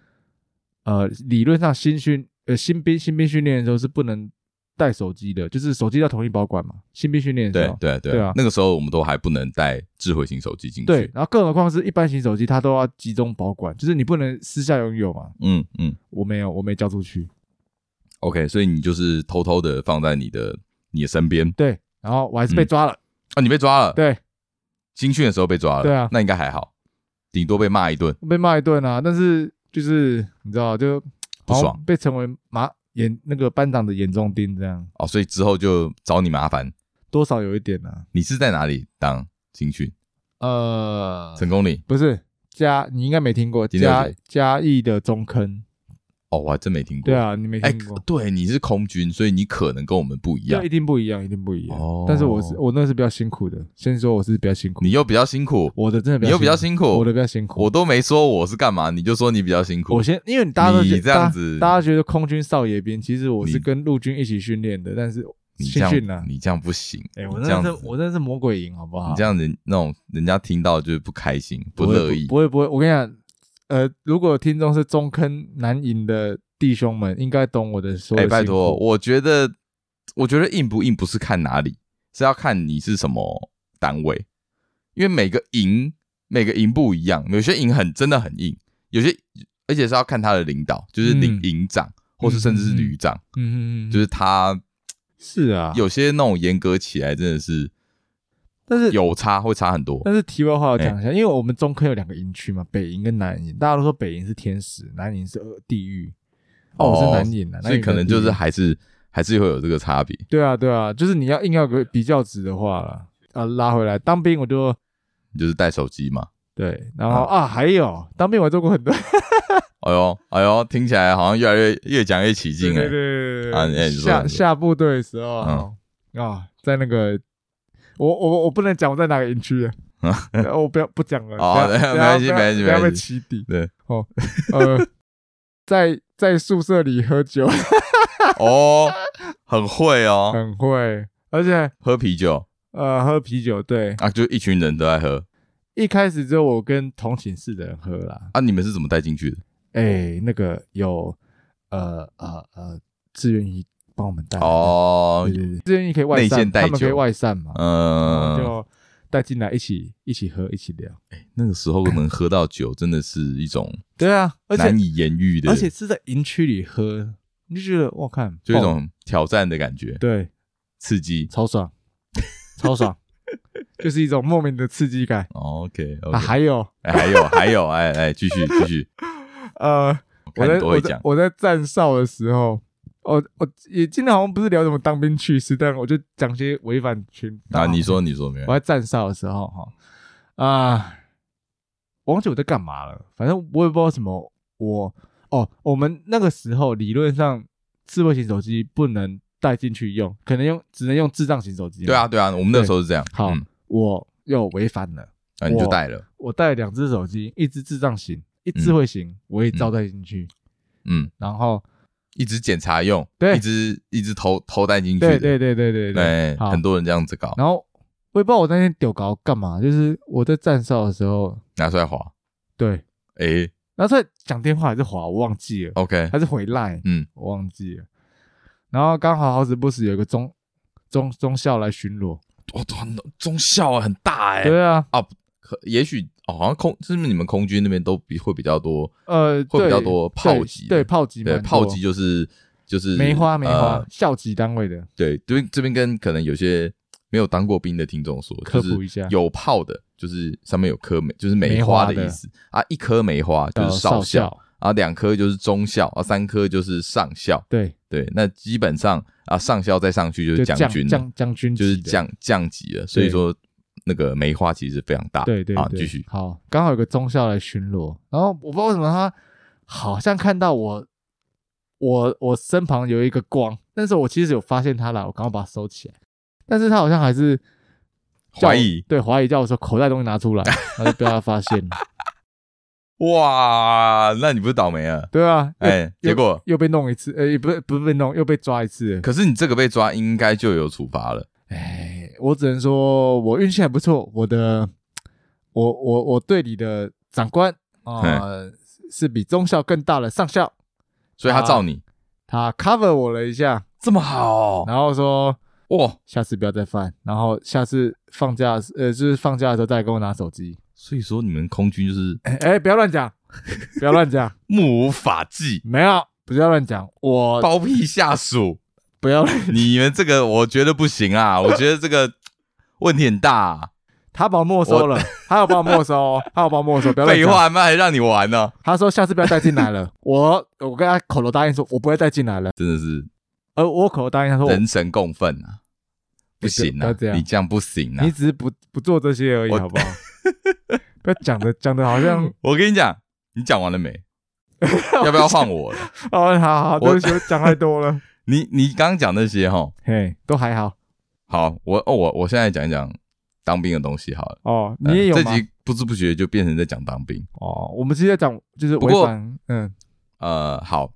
S1: 呃，理论上新训呃新兵新兵训练的时候是不能带手机的，就是手机要统一保管嘛。新兵训练的时
S2: 对
S1: 候，
S2: 对对
S1: 对啊
S2: 那个时候我们都还不能带智慧型手机进去。
S1: 对，，然后更何况是一般型手机，它都要集中保管，就是你不能私下拥有嘛。
S2: 嗯嗯，
S1: 我没有，我没交出去。
S2: OK，所以你就是偷偷的放在你的你的身边
S1: 对，然后我还是被
S2: 嗯
S1: 抓了，
S2: 啊，你被抓了，
S1: 对，
S2: 新训的时候被抓了，
S1: 对啊
S2: 那应该还好，顶多被骂一顿，
S1: 被骂一顿啊，但是就是你知道，就
S2: 不爽，
S1: 好像被成为马眼那个班长的眼中钉这样，
S2: 哦，所以之后就找你麻烦。
S1: 多少有一点啊。
S2: 你是在哪里当新训？
S1: 呃，
S2: 成功岭？
S1: 不是嘉，你应该没听过
S2: 今天有
S1: 嘉
S2: 谁
S1: 嘉义的中坑，
S2: 哦，我还真没听过。
S1: 对，啊，你没
S2: 哎、
S1: 听过，
S2: 对，你是空军，所以你可能跟我们不一
S1: 这
S2: 样
S1: 一，定不一样，一定不一样。
S2: 哦
S1: 但是我是我那是比较辛苦的，先说我是比较辛苦，
S2: 你又比较辛苦，
S1: 我的真的比
S2: 你
S1: 较
S2: 又比较辛苦，
S1: 我的比较辛苦。
S2: 我都没说我是干嘛，你就说你比较辛苦
S1: 我。先，因为你大家都觉
S2: 你这样子
S1: 大家大家觉得空军少爷兵，其实我
S2: 你
S1: 是跟陆军一起训练的，但是
S2: 你这
S1: 新训啊
S2: 样，，你这样不行。
S1: 哎，
S2: 你
S1: 我
S2: 这
S1: 真
S2: 样
S1: 的
S2: 子
S1: 是，我真的是魔鬼营，好不好？
S2: 你这样人那种人家听到就是不开心，不
S1: 会
S2: 乐意
S1: 啊不。会不会，我跟你讲，呃，如果听众是中坑南营的弟兄们，应该懂我的说。
S2: 哎、拜托，，我觉得，我觉得硬不硬不是看哪里，是要看你是什么单位，因为每个营每个营不一样，有些营很真的很硬，有些而且是要看他的领导，就是领
S1: 嗯
S2: 营长，或是甚至是旅长，
S1: 嗯嗯嗯，
S2: 就是是他
S1: 是啊，
S2: 有些那种严格起来真的是
S1: 但是
S2: 有哎差，会差很多。
S1: 但是题外话要讲一下，因为我们中坑有两个营区嘛，北营跟南营，大家都说北营是天使，南营是恶地狱。哦，我是南营啊，
S2: 所以
S1: 南营
S2: 可能
S1: 跟地狱
S2: 就是还是还是会有这个差别。
S1: 对啊对啊，就是你要硬要个比较值的话啦，啊，拉回来当兵我就
S2: 你就是带手机嘛。
S1: 对，然后啊还有当兵我还做过很多，
S2: 哎呦，哎呦，听起来好像越来越越讲越起劲
S1: 对
S2: 哎、
S1: 对对对
S2: 啊你
S1: 对，
S2: 你说
S1: 下
S2: 你说嗯
S1: 下部队的时候啊啊，在那个我我我不能讲我在哪个营区啊。 我不要不讲了，
S2: 哦
S1: 等下
S2: 没关系没
S1: 等下
S2: 关系
S1: 等下
S2: 没关系
S1: 被起底。
S2: 对，
S1: 呃，在在宿舍里喝酒
S2: 哦，很会哦，
S1: 很会，而且
S2: 喝啤酒
S1: 呃喝啤酒，对，
S2: 啊，就一群人都在喝
S1: 一开始只有我跟同寝室的人喝啦，
S2: 啊。你们是怎么带进去的？
S1: 哎、那个有呃呃呃志愿役帮我们带，
S2: 哦
S1: 对，对对，志愿役可以外
S2: 内线
S1: 散，
S2: 带
S1: 他们可以
S2: 酒
S1: 外散嘛，然后
S2: 嗯，
S1: 就带进来一起一起喝一起聊，
S2: 那个时候能喝到酒，真的是一种
S1: 对啊，而且
S2: 难以言喻的，
S1: 而且是在营区里喝，你就觉得我看
S2: 就一
S1: 爆
S2: 种挑战的感觉，
S1: 对
S2: 刺激。
S1: 超 爽超爽，就是一种莫名的刺激感。
S2: OK
S1: 啊，
S2: OK，
S1: 还有，
S2: 还有还有，哦哎哎，继续继续，
S1: 呃，我
S2: 看你
S1: 在
S2: 多
S1: 我
S2: 会
S1: 在
S2: 讲
S1: 我在站哨的时候，我我也今天好像不是聊什么当兵趣事，但我就讲些违反群
S2: 啊！你说你说没有
S1: 我？在站哨的时候哈啊、我忘记我在干嘛了，反正我也不知道什么。我哦，我们那个时候理论上智慧型手机不能带进去用，可能用只能用智障型手机。
S2: 对啊，对啊，我们那时候是这样。
S1: 好，
S2: 嗯
S1: 我又违反了，
S2: 啊，你就
S1: 我
S2: 带了，
S1: 我带了两只手机，一只智障型，一智慧型，我也照带进去，
S2: 嗯，
S1: 然后。
S2: 一直检查用，
S1: 对
S2: 一直一直偷偷带进去
S1: 对
S2: 的，
S1: 对对对对
S2: 哎
S1: 好
S2: 很多人这样子搞，
S1: 然后我也不知道我那天丢高干嘛，就是我在站哨的时候，
S2: 拿出来划，
S1: 对，
S2: 哎
S1: 然后在讲电话还是滑，我忘记了，
S2: ，OK，
S1: 还是回来，
S2: 嗯，
S1: 我忘记了。然后刚好好死不死有一个中中中校来巡逻，
S2: 哇，中校很大哎，
S1: 对啊，
S2: 可也许哦，好像空是不是你们空军那边都比会比较多，
S1: 呃，
S2: 会比
S1: 对
S2: 较多炮击
S1: 对
S2: 的
S1: 对炮击
S2: 对，
S1: 蛮多
S2: 炮击就是就是
S1: 梅花梅花、
S2: 呃
S1: 校级单位的
S2: 对，对，这边跟可能有些没有当过兵的听众说，
S1: 科
S2: 就是
S1: 普一下
S2: 有炮的，就是上面有颗梅，就是梅
S1: 梅
S2: 花
S1: 花
S2: 的意
S1: 的
S2: 思啊，一颗梅花就
S1: 呃
S2: 是少校
S1: 校，
S2: 啊，两颗就是中校啊，三颗就是上校。
S1: 对，
S2: 对，那基本上啊，上校再上去就是
S1: 就
S2: 将军了，
S1: 将将军
S2: 就是
S1: 级的
S2: 降降级了。所以
S1: 对
S2: 说那个梅花其实非常大。
S1: 对对
S2: 啊，
S1: 对
S2: 继续。
S1: 好，刚好有个中校来巡逻，然后我不知道为什么他好像看到我，我我身旁有一个光，但是我其实有发现他了，我赶快把它收起来，但是他好像还是叫我
S2: 怀疑
S1: 对怀疑叫我说口袋东西拿 出来，然后就被他发现了，
S2: 哇，那你不是倒霉啊？
S1: 对啊，又
S2: 哎，
S1: 又
S2: 结果
S1: 又被弄一次，呃，也不是不是被弄，又被抓一次了，
S2: 可是你这个被抓，应该就有处罚了。
S1: 哎，我只能说我运气还不错，我的，我我我队里的长官啊、呃是比中校更大的上校。
S2: 所以他
S1: 啊
S2: 照你
S1: 他 cover 我了一下，
S2: 这么好
S1: 然后说
S2: 哇，
S1: 下次不要再犯，然后下次放假的时呃就是放假的时候再来跟我拿手机。
S2: 所以说你们空军就是
S1: 哎、哎不要乱讲，不要乱讲，
S2: 目无法纪，
S1: 没有不要乱讲，我
S2: 包庇下属，
S1: 不要
S2: 你们这个我觉得不行啊，我觉得这个问题很大、啊。
S1: 他把我没收了， 他有帮我没收哦，他有帮我没收，不要乱
S2: 废
S1: 讲。
S2: 话，那还让你玩呢、
S1: 他说下次不要再进来了。 我我跟他口头答应说，我不会再进来了。
S2: 真的是
S1: 而我口头答应他说，我
S2: 人神共愤啊！不行
S1: 不要
S2: 啊
S1: 哦这，样
S2: 你这样不行啊
S1: 你！只是不不做这些而已，
S2: 我
S1: 好不 好？不要讲的讲的 好像
S2: 我跟你讲，你讲完 了没？要不要换我了？
S1: 哦，好好，对不起，我讲太多 了。
S2: 你你刚刚讲那些哈，
S1: 嘿，都还好
S2: 好，我哦我我现在讲一讲当兵的东西好了。
S1: 哦，
S2: 嗯
S1: 你也有
S2: 这
S1: 吗？
S2: 集不知不觉就变成在讲当兵。
S1: 哦，我们直接讲就是
S2: 不
S1: 违
S2: 过
S1: 反，嗯，
S2: 呃，好，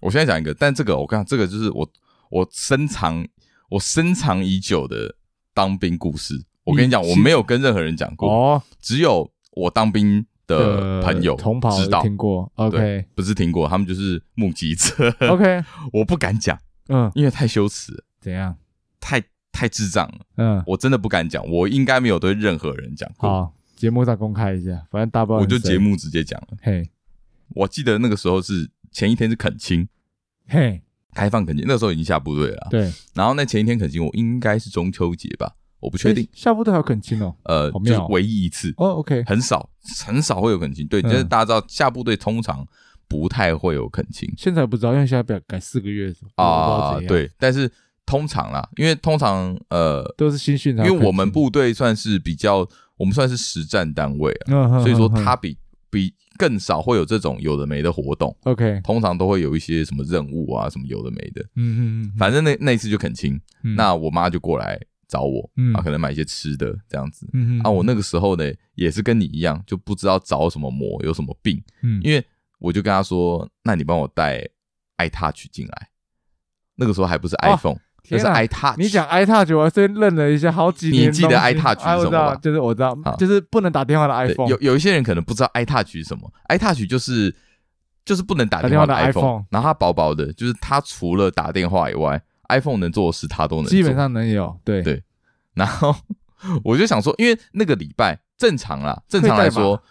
S2: 我现在讲一个，但这个我看这个就是我我深藏我深藏已久的当兵故事。我跟你讲，
S1: 你
S2: 我没有跟任何人讲过，
S1: 哦呃
S2: 只有我当兵的朋友
S1: 同袍
S2: 知道，
S1: 听过，OK
S2: 不是听过，他们就是目击者。
S1: OK，
S2: 我不敢讲，
S1: 嗯，
S2: 因为太羞耻了，
S1: 怎样？
S2: 太太智障了，
S1: 嗯，
S2: 我真的不敢讲，我应该没有对任何人讲过，
S1: 好，节目上公开一下，反正大不了
S2: 我就
S1: 你谁
S2: 节，目直接讲了。
S1: 嘿
S2: 我记得那个时候是前一天是恳亲，
S1: 嘿，
S2: 开放恳亲，那时候已经下部队了啊。
S1: 对，
S2: 然后那前一天恳亲，我应该是中秋节吧，我不确定
S1: 欸，下部队还有恳亲哦，
S2: 呃，
S1: 好
S2: 就是
S1: 妙哦
S2: 唯一一次，
S1: 哦 OK，
S2: 很少很少会有恳亲。对，
S1: 嗯
S2: 就是大家知道下部队通常不太会有恳亲
S1: 现在不知道，因为现在改改四个月
S2: 啊、，
S1: 哦我不知道怎样
S2: 对，但是通常啦，因为通常呃，
S1: 都是新训才
S2: 因
S1: 有
S2: 为
S1: 恳亲，
S2: 我们部队算是比较，我们算是实战单位啊，
S1: 嗯，哼
S2: 所以说
S1: 哼哼
S2: 它比比更少会有这种有的没的活动，
S1: OK，
S2: 通常都会有一些什么任务啊，什么有的没的。
S1: 嗯嗯嗯
S2: 反正那那一次就恳亲，
S1: 嗯，
S2: 那我妈就过来找我，
S1: 嗯
S2: 啊，可能买一些吃的这样子。
S1: 嗯嗯
S2: 啊，我那个时候呢，也是跟你一样，就不知道着什么魔，有什么病，
S1: 嗯
S2: 因为我就跟她说，那你帮我带 iTouch 进来。那个时候还不是 iPhone，、那
S1: 天
S2: 是
S1: 啊
S2: iTouch。
S1: 你讲 iTouch，我最愣了一下，好几
S2: 你
S1: 年东西。
S2: 记得 iTouch 是
S1: 哎我
S2: 什么
S1: 知道
S2: 吧
S1: 就是我知道
S2: 好，
S1: 就是不能打电话的
S2: 对
S1: iPhone，
S2: 有有一些人可能不知道 iTouch 是什么，iTouch 就是就是不能打
S1: 打
S2: 电话的
S1: 电话的
S2: iPhone，,
S1: iPhone
S2: 然后它薄薄的，就是它除了打电话以外，iPhone 能做的事它都能做。
S1: 基本，上能有对
S2: 对然后我就想说，因为那个礼拜正常啦，正常来
S1: 会
S2: 说
S1: 带，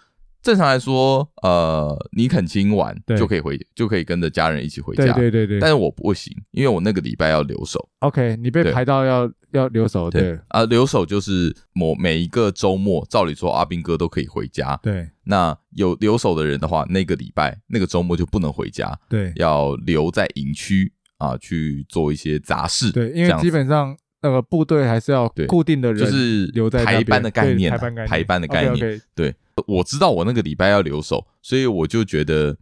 S2: 正常来说，呃，你恳亲完
S1: 对
S2: 就可以回，就可以跟着家人一起回家。
S1: 对对对对
S2: 但是我不行，因为我那个礼拜要留守。
S1: OK，你被
S2: 对
S1: 排到要要留守，对
S2: 啊、留守就是某每一个周末，照理说阿兵哥都可以回家，
S1: 对
S2: 那有留守的人的话，那个礼拜那个周末就不能回家，
S1: 对
S2: 要留在营区啊，去做一些杂事。
S1: 对，因
S2: 这
S1: 为
S2: 样子
S1: 基本上那个部队还是要
S2: 对
S1: 固定的人，
S2: 就是
S1: 留在那
S2: 排
S1: 边
S2: 班的概
S1: 对
S2: 念啊，
S1: 排班概念，
S2: 排班的概念。
S1: OK，
S2: 我知道我那个礼拜要留守，所以我就觉得嘖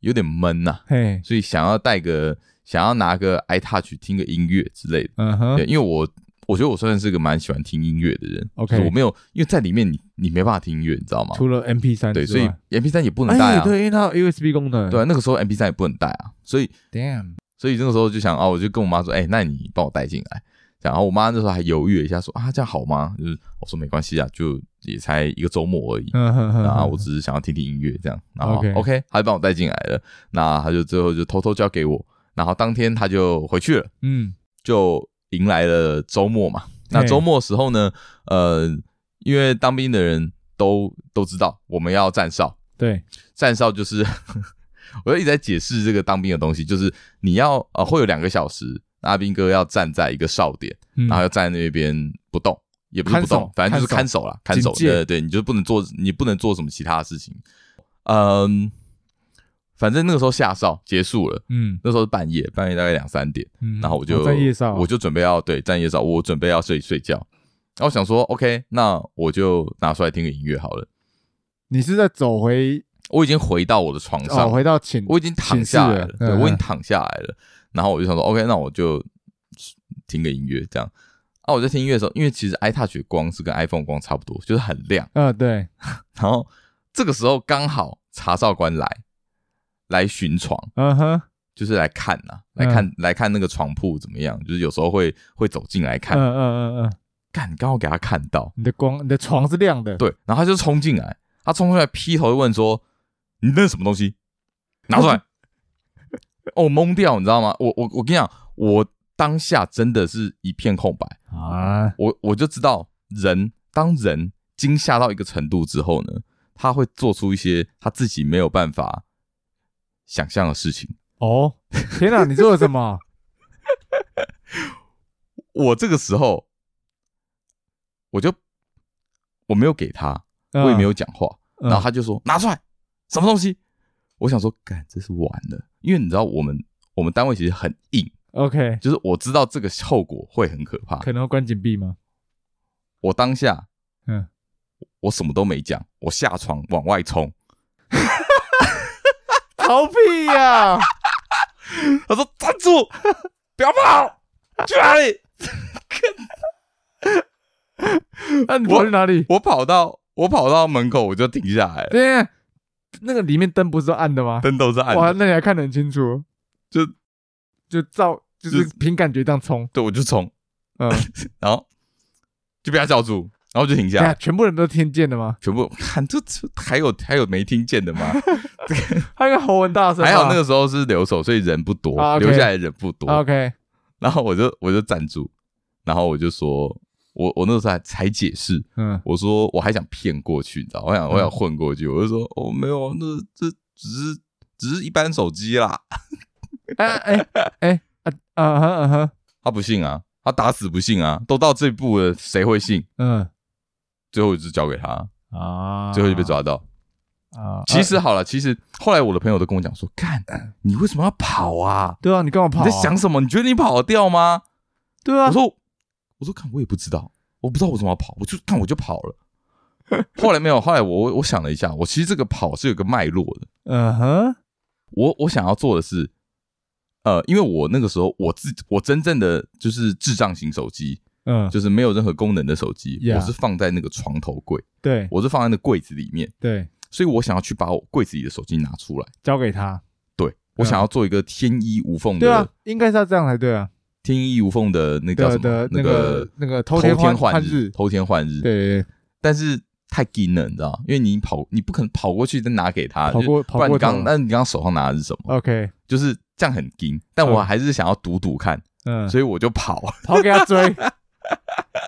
S2: 有点闷呐、
S1: 嘿，
S2: 所以想要带个，想要拿个 iTouch 听个音乐之类的。
S1: 嗯哼
S2: 对，，因为我我觉得我算是个蛮喜欢听音乐的人。
S1: OK
S2: 就是我没有，因为在里面你你没办法听音乐，你知道吗？
S1: 除了 MP 三，
S2: 对，所以 MP 3也不能带
S1: 哎
S2: 啊。
S1: 对，因为它有 USB 功能，
S2: 对啊，那个时候 MP 3也不能带啊，所以
S1: ，Damn，
S2: 所以那个时候就想啊，我就跟我妈说，哎、那你帮我带进来。然后我妈那时候还犹豫了一下，说啊，这样好吗？就是我说没关系啊，就也才一个周末而已。
S1: 嗯哼哼，
S2: 啊，
S1: 哼
S2: 我只是想要听听音乐这样。然后
S1: OK
S2: OK，她就帮我带进来了。那她就最后就偷偷交给我，然后当天她就回去了，
S1: 嗯
S2: 就迎来了周末嘛。那周末的时候呢，呃，因为当兵的人都都知道我们要站哨，
S1: 对
S2: 站哨就是， 我就一直在解释这个当兵的东西，就是你要呃会有两个小时，阿兵哥要站在一个哨点，
S1: 嗯
S2: 然后要站在那边不动，也不是不
S1: 看
S2: 动
S1: 守，
S2: 反正就是看
S1: 看
S2: 守啦，看守，
S1: 警戒
S2: 对对对，你就不能做你不能做什么其他的事情，嗯，反正那个时候下哨结束了。
S1: 嗯
S2: 那时候是半夜，半夜大概两三点，
S1: 嗯，
S2: 然后我就、
S1: 哦在夜哨，
S2: 我就准备要对站夜哨，我准备要睡睡觉，然后我想说 OK，那我就拿出来听个音乐好了。
S1: 你是在走回
S2: 我已经回到我的床上，
S1: 哦回到寝，
S2: 我已经躺下来了，
S1: 寝室
S2: 对
S1: 了嗯
S2: 我已经躺下来了。然后我就想说，OK，那我就听个音乐这样。啊，我在听音乐的时候，因为其实 iTouch 的光是跟 iPhone 光差不多，就是很亮。
S1: 嗯对，
S2: 然后这个时候刚好查哨官来来巡床，
S1: 嗯哼，
S2: 就是来看呐、来看、
S1: 嗯
S2: 来看那个床铺怎么样，就是有时候会会走进来
S1: 嗯
S2: 看，
S1: 嗯嗯嗯，
S2: 干、刚好给他看到，
S1: 你的光，你的床是亮的，
S2: 对，然后他就冲进来，他冲出来劈头就问说：“你那是什么东西？拿出来！”哦，我懵掉，你知道吗？我我我跟你讲，我当下真的是一片空白，
S1: 啊，
S2: 我我就知道人当人惊吓到一个程度之后呢，他会做出一些他自己没有办法想象的事情，
S1: 哦，天哪，你做了什么？
S2: 我这个时候我就我没有给他，
S1: 嗯
S2: 我也没有讲话，
S1: 嗯
S2: 然后他就说拿出来什么东西，我想说干这是完了，因为你知道我们我们单位其实很硬，
S1: 嗯 OK，
S2: 就是我知道这个后果会很可怕，
S1: 可能会关紧闭吗？
S2: 我当下
S1: 嗯，
S2: 我什么都没讲，我下床往外冲，
S1: 逃避呀、
S2: 他说站住， 不要跑，去哪里？
S1: 那啊你跑去哪里？
S2: 我跑到我跑到门口我就停下来了，
S1: 对呀，那个里面灯不是都暗的吗？
S2: 灯都是暗
S1: 哇，
S2: 的，
S1: 那你还看得很清楚，
S2: 就
S1: 就照就是
S2: 就
S1: 凭感觉这样冲，
S2: 对，我就冲，
S1: 嗯，
S2: 然后就被他叫住，然后就停下
S1: 对
S2: 来
S1: 啊，，全部人都听见的吗？
S2: 全部 看这这还有还有没听见的吗？
S1: 他应该喉很大声吧，
S2: 还好那个时候是留守，所以人不多，
S1: 啊，OK
S2: 留下来的人不多。
S1: OK，
S2: 然后我就我就站住，然后我就说，我我那时候还才解释，
S1: 嗯
S2: 我说我还想骗过去，你知道，我想我想
S1: 嗯
S2: 混过去，我就说哦没有，那这只是只是一般手机啦。
S1: 哎哎哎啊啊哈啊哈，
S2: 他不信啊，他打死不信啊，都到这一步了，谁会信？
S1: 嗯
S2: 最后就交给他，
S1: 啊，
S2: 最后就被抓到。
S1: 啊，
S2: 其
S1: 啊
S2: 实好了，其实后来我的朋友都跟我讲说，看你为什么要跑啊？
S1: 对啊，你干嘛跑
S2: 你
S1: 啊？
S2: 在想什么？你觉得你跑得掉吗？
S1: 对啊
S2: 我，说，我说看我也不知道，我不知道我怎么跑，我就看我就跑了。后来没有，后来我我想了一下，我其实这个跑是有个脉络的。
S1: 嗯哼，
S2: 我我想要做的是，呃，因为我那个时候我自我真正的就是智障型手机，
S1: 嗯，
S2: 就是没有任何功能的手机
S1: Yeah
S2: 我是放在那个床头柜，
S1: 对
S2: 我是放在那柜子里面，
S1: 对，
S2: 所以我想要去把我柜子里的手机拿出来。
S1: 交给他，
S2: 对我想要做一个天衣无缝的，
S1: 嗯对啊，应该是要这样才对啊，
S2: 天衣无缝的那个叫
S1: 的
S2: 什么
S1: 的那
S2: 个
S1: 个那个
S2: 偷
S1: 偷天
S2: 换
S1: 日，
S2: 偷天换日，
S1: 对，对，对
S2: 但是太硬了，你知道吗？因为你跑，你不可能跑过去再拿给他，
S1: 跑过
S2: 就不然
S1: 跑
S2: 你
S1: 过头
S2: 刚，那你刚刚手上拿的是什么？
S1: OK，
S2: 就是这样很硬，但我
S1: 嗯
S2: 还是想要赌赌看，
S1: 嗯，
S2: 所以我就跑。
S1: 跑给他追，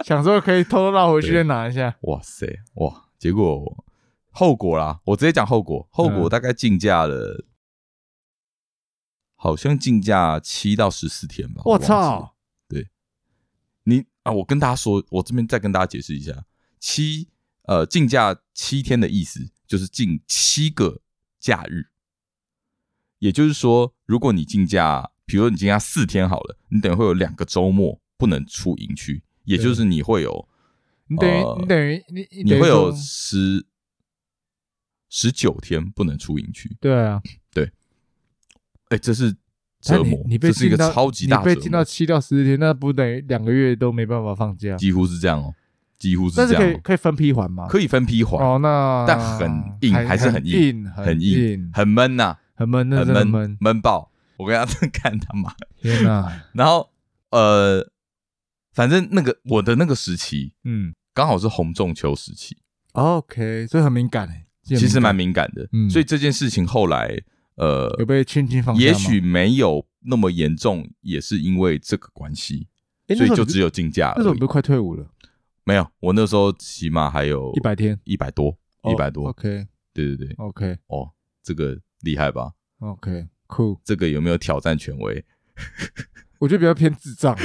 S1: 想说可以偷偷绕回去再拿一下，
S2: 哇塞，哇！结果后果啦，我直接讲后果，后果
S1: 嗯
S2: 大概竞价了，好像竞价七到十四天吧。
S1: 我
S2: 忘记了
S1: 操，
S2: 你啊，我跟大家说，我这边再跟大家解释一下，七呃竞价七天的意思就是近七个假日，也就是说，如果你竞价，比如说你竞价四天好了，你等于会有两个周末不能出营区，也就是你会有
S1: 你等于
S2: 呃
S1: 你等于你
S2: 你会有
S1: 等于说
S2: 十十九天不能出营区，
S1: 对啊，
S2: 哎，这是
S1: 那
S2: 折
S1: 你
S2: 磨，
S1: 你被
S2: 这是一个
S1: 禁到
S2: 超级大折
S1: 你被禁到
S2: 磨，
S1: 七到十天，那不等于两个月都没办法放假？
S2: 几乎是这样哦，几乎是
S1: 但
S2: 这
S1: 是可以
S2: 样哦，
S1: 可以分批还吗？
S2: 可以分批还。
S1: 哦，那
S2: 但很硬还是很
S1: 很
S2: 硬很
S1: 很
S2: 硬，很闷呐、
S1: 很闷，那
S2: 很
S1: 真的
S2: 呃闷
S1: 闷。
S2: 闷爆。我跟他真的看他妈，
S1: 天哪，
S2: 然后呃，反正那个我的那个时期
S1: 嗯
S2: 刚好是红中秋时期，
S1: ，OK，所以很敏感诶，
S2: 其实
S1: 很
S2: 蛮
S1: 敏
S2: 敏感的，
S1: 嗯
S2: 所以这件事情后来呃
S1: 感，有被轻轻放下吗。
S2: 也许没有那么严重，也是因为这个关系，
S1: 诶
S2: 所以
S1: 那时
S2: 就
S1: 候你
S2: 只有竞价
S1: 那时候
S2: 而
S1: 你
S2: 已
S1: 不。是快退伍了，
S2: 没有，我那时候起码还有
S1: 一百天，
S2: 一百多，一百多，
S1: OK
S2: 对对对，
S1: OK
S2: 哦，这个厉害吧？
S1: OK，酷。
S2: 这个有没有挑战权威？
S1: 我觉得比较偏智障。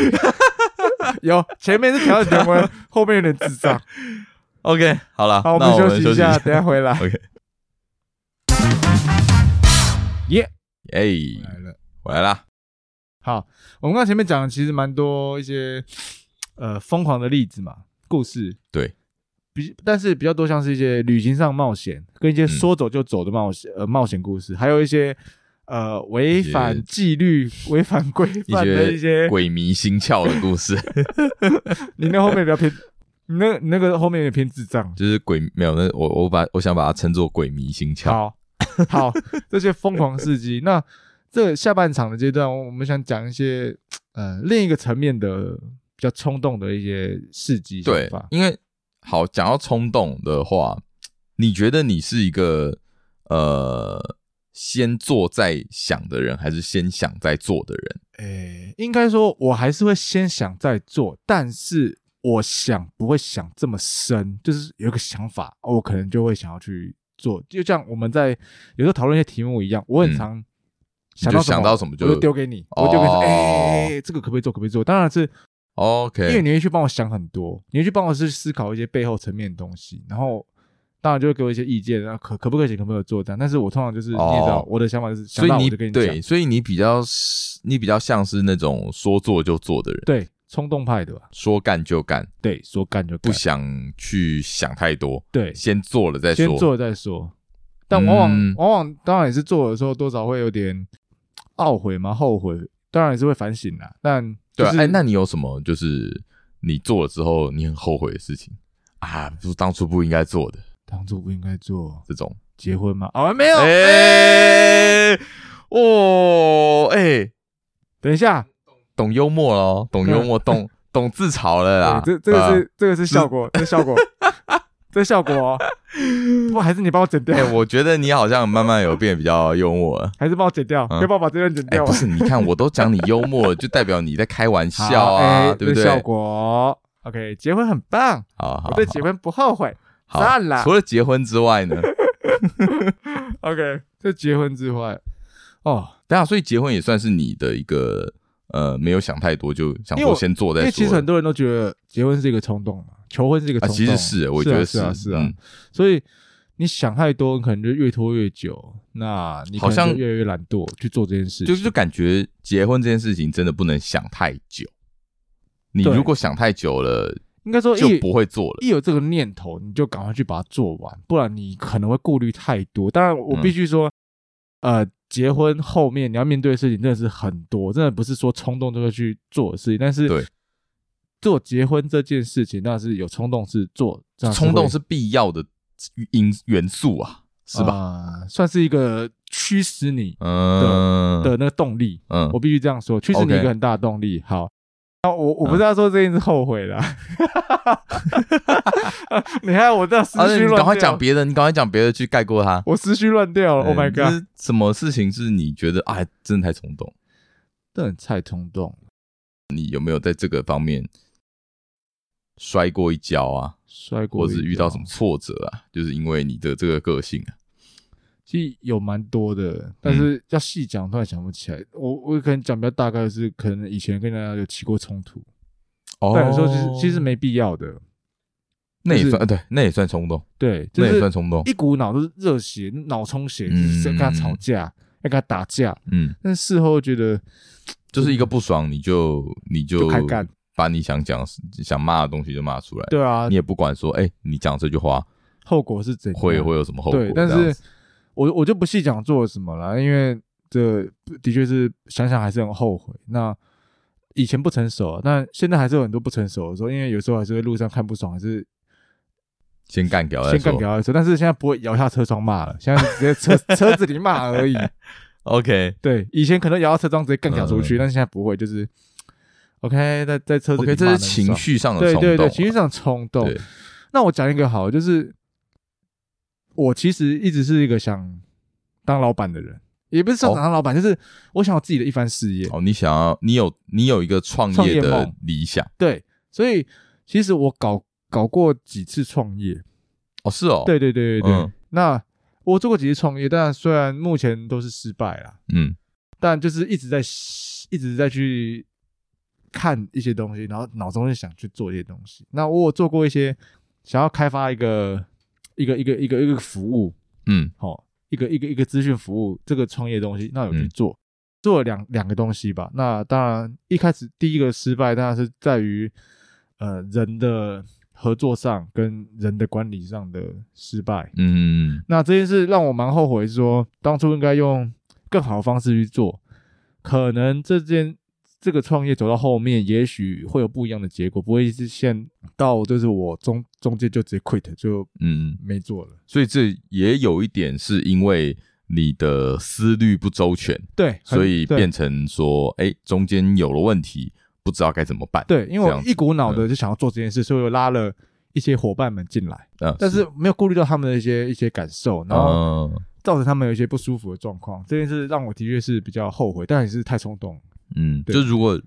S1: 有前面是调整权威，后面有点智障。
S2: OK，好了，
S1: 好，我
S2: 那
S1: 们
S2: 我
S1: 休息
S2: 息
S1: 一下，等一下回来。
S2: OK
S1: 耶，
S2: 哎、
S1: 回来了。
S2: 回来啦。
S1: 好，我们刚前面讲的其实蛮多一些呃疯狂的例子嘛，故事。
S2: 对，
S1: 比但是比较多像是一些旅行上冒险，跟一些说走就走的冒险、呃冒险故事，还有一些呃违
S2: 一些
S1: 反纪律、违反规范的一些。
S2: 鬼迷心窍的故 事，
S1: 你那后面比较偏，你那你那个后面有点偏智障。
S2: 就是鬼没有那我我把我想把它称作鬼迷心窍。
S1: 好好，这些疯狂事迹。那这下半场的阶段，我们想讲一些呃另一个层面的比较冲动的一些事迹想
S2: 对
S1: 法，。
S2: 因为好讲到冲动的话，你觉得你是一个呃先做再想的人，还是先想再做的人？
S1: 诶、应该说我还是会先想再做，但是我想不会想这么深，就是有一个想法，哦我可能就会想要去做。就像我们在有时候讨论一些题目一样，我很
S2: 嗯
S1: 常想到
S2: 就想到什么
S1: 么
S2: 就
S1: 我就丢给你，我就跟你说，
S2: 哦
S1: 哎、哎哎这个可不可以做？可不可以做？当然是
S2: OK，
S1: 因为你会去帮我想很多，你会去帮我去思考一些背后层面的东西，然后当然就会给我一些意见，然后可可不可行，可不可以做这样。但是我通常就是、
S2: 哦
S1: 你也知道，我的想法就是，
S2: 所以
S1: 想到
S2: 你
S1: 我就跟讲，
S2: 对，所以你比较是你比较像是那种说做就做的人，
S1: 对，冲动派的吧，
S2: 说干就干，
S1: 对，说干就
S2: 不，
S1: 干
S2: 想去想太多，
S1: 对，
S2: 先做了再说。
S1: 先做了再说。但往往、
S2: 嗯
S1: 往往当然也是做的时候，多少会有点懊悔嘛，后悔，当然也是会反省啦。但就
S2: 对啊，
S1: 是
S2: 哎、那你有什么就是你做了之后你很后悔的事情啊？不是当初不应该做的
S1: 当初不应该做
S2: 这种。
S1: 结婚嘛？啊，没有，
S2: 哎、哦，哎、
S1: 等一下，
S2: 懂幽默咯，懂幽默，懂 懂自嘲了啦。
S1: 嗯对这这个
S2: 对啊
S1: 是、这个是效果，这 效果，这效果、哦，不还是你帮我剪掉
S2: 哎、，我觉得你好像慢慢有变比较幽默了。
S1: 还是帮我剪掉，
S2: 嗯
S1: 可以帮我把这段剪
S2: 哎、
S1: 掉
S2: 不
S1: 吗？
S2: 是，你看我都讲你幽默了，就代表你在开玩
S1: 好
S2: 笑啊，
S1: 哎
S2: 对不
S1: 这
S2: 对？
S1: 效果，OK，结哦婚很棒，
S2: 好好
S1: 我对结婚不后悔
S2: 好
S1: 赞啦
S2: 除了结婚之外呢？
S1: ，OK，这结婚之外，哦，
S2: 对啊，所以结婚也算是你的一个呃，没有想太多，就想
S1: 因为我
S2: 说先做
S1: 因
S2: 再
S1: 为其实
S2: 说
S1: 很。多人都觉得结婚是一个冲动嘛，求婚是一个
S2: 啊，
S1: 冲动，
S2: 其实是，我觉得
S1: 是啊是啊，
S2: 嗯
S1: 所以你想太多，你可能就越拖越久，那你可能
S2: 好像
S1: 就越来越懒惰去做这件事情，
S2: 就是就感觉结婚这件事情真的不能想太久。你
S1: 对
S2: 如果想太久了，
S1: 应该说
S2: 就
S1: 一
S2: 不会做了。
S1: 一有这个念头，你就赶快去把它做完，不然你可能会顾虑太多。当然，我
S2: 嗯
S1: 必须说，呃，结婚后面你要面对的事情真的是很多，真的不是说冲动就会去做的事情。但是，
S2: 对，
S1: 做结婚这件事情，那是有冲动是做，这样
S2: 冲动
S1: 会
S2: 是必要的因元素啊，是吧？
S1: 呃算是一个驱使你
S2: 嗯，
S1: 的那个动力。
S2: 嗯
S1: 我，必须这样说，驱使你
S2: OK 嗯
S1: 一个很大的动力。好，那我我不是要说这件事后悔啦， 你看我这样思
S2: 啊，那
S1: 绪
S2: 你
S1: 乱
S2: 赶快
S1: 掉
S2: 讲别的，你赶快讲别的去盖过它。
S1: 我思绪乱掉了，Oh my
S2: 嗯就
S1: god，
S2: 是什么事情是你觉得哎，真的太冲动？
S1: 这很太冲动，
S2: 你有没有在这个方面摔过一跤啊，
S1: 摔过，
S2: 或者是遇到什么？挫折啊？就是因为你的这个个性啊，
S1: 其实有蛮多的，
S2: 嗯
S1: 但是要细讲，突然想不起来。我我可能讲比较大概的是，可能以前跟人家有起过冲突，
S2: 哦
S1: 但有时候其实其实没必要的，
S2: 那
S1: 就
S2: 也
S1: 是
S2: 算呃对，那也算冲动，
S1: 对，就
S2: 那也算
S1: 是
S2: 冲动。
S1: 一股脑都是热血、脑充血，就
S2: 哦嗯
S1: 是跟他吵架，要跟他打架，
S2: 嗯，
S1: 但是事后觉得
S2: 就是一个不爽，你就你
S1: 就
S2: 就
S1: 开干
S2: 把你想讲想骂的东西就骂出来，
S1: 对啊
S2: 你，也不管说，哎，你讲这句话
S1: 后果是怎样？
S2: 会会有什么后果？
S1: 啊对，但
S2: 这样
S1: 是
S2: 子
S1: 我我就不细讲做了什么了，因为这的确是想想还是很后悔。那以前不成熟啊，但现在还是有很多不成熟的时候，因为有时候还是会路上看不爽，还是
S2: 先干掉再
S1: 先干
S2: 说。
S1: 掉再说。但是现在不会摇下车窗骂了，现在是直接 车车子里骂而已。
S2: OK
S1: 对，以前可能摇到车窗直接干掉出去，
S2: 嗯
S1: 但是现在不会，就是 OK，在在车子
S2: OK，
S1: 里骂
S2: 这是
S1: 得很
S2: 情
S1: 爽，
S2: 绪上的冲
S1: 对
S2: 动啊，
S1: 对对，情绪上的冲动。
S2: 对
S1: 那我讲一个好，就是我其实一直是一个想当老板的人，也不是说
S2: 哦
S1: 想当老板，就是我想有自己的一番事业。
S2: 哦，你想要你有你有一个创
S1: 创业
S2: 业的
S1: 梦
S2: 理想
S1: 对，所以其实我搞搞过几次创业，
S2: 哦，是哦，
S1: 对对对对对。
S2: 嗯
S1: 那我做过几次创业，但虽然目前都是失败啦，
S2: 嗯，
S1: 但就是一直在一直在去看一些东西，然后脑中就想去做一些东西。那我有做过一些想要开发一个一个一个一个一个服务，
S2: 嗯
S1: 好、一个一个一个资讯服务这个创业东西，那有去
S2: 嗯
S1: 做，做了两两个东西吧。那当然一开始第一个失败当然是在于呃人的合作上跟人的管理上的失败。
S2: 嗯，
S1: 那这件事让我蛮后悔说，当初应该用更好的方式去做，可能这件。这个创业走到后面，也许会有不一样的结果，不会是现到就是我中中间就直接 quit 就
S2: 嗯，
S1: 没做了。
S2: 所以这也有一点是因为你的思虑不周全，
S1: 对，很
S2: 所以
S1: 对
S2: 变成说，哎、中间有了问题，不知道该怎么办。，
S1: 对，因
S2: 这
S1: 为我
S2: 样子嗯
S1: 一股脑的就想要做这件事，所以我拉了一些伙伴们进来，
S2: 嗯，
S1: 但是没有顾虑到他们的一些一些感受，然后
S2: 嗯
S1: 造成他们有一些不舒服的状况。这件事让我的确是比较后悔，但也是太冲动了。
S2: 嗯，
S1: 对
S2: 就如果，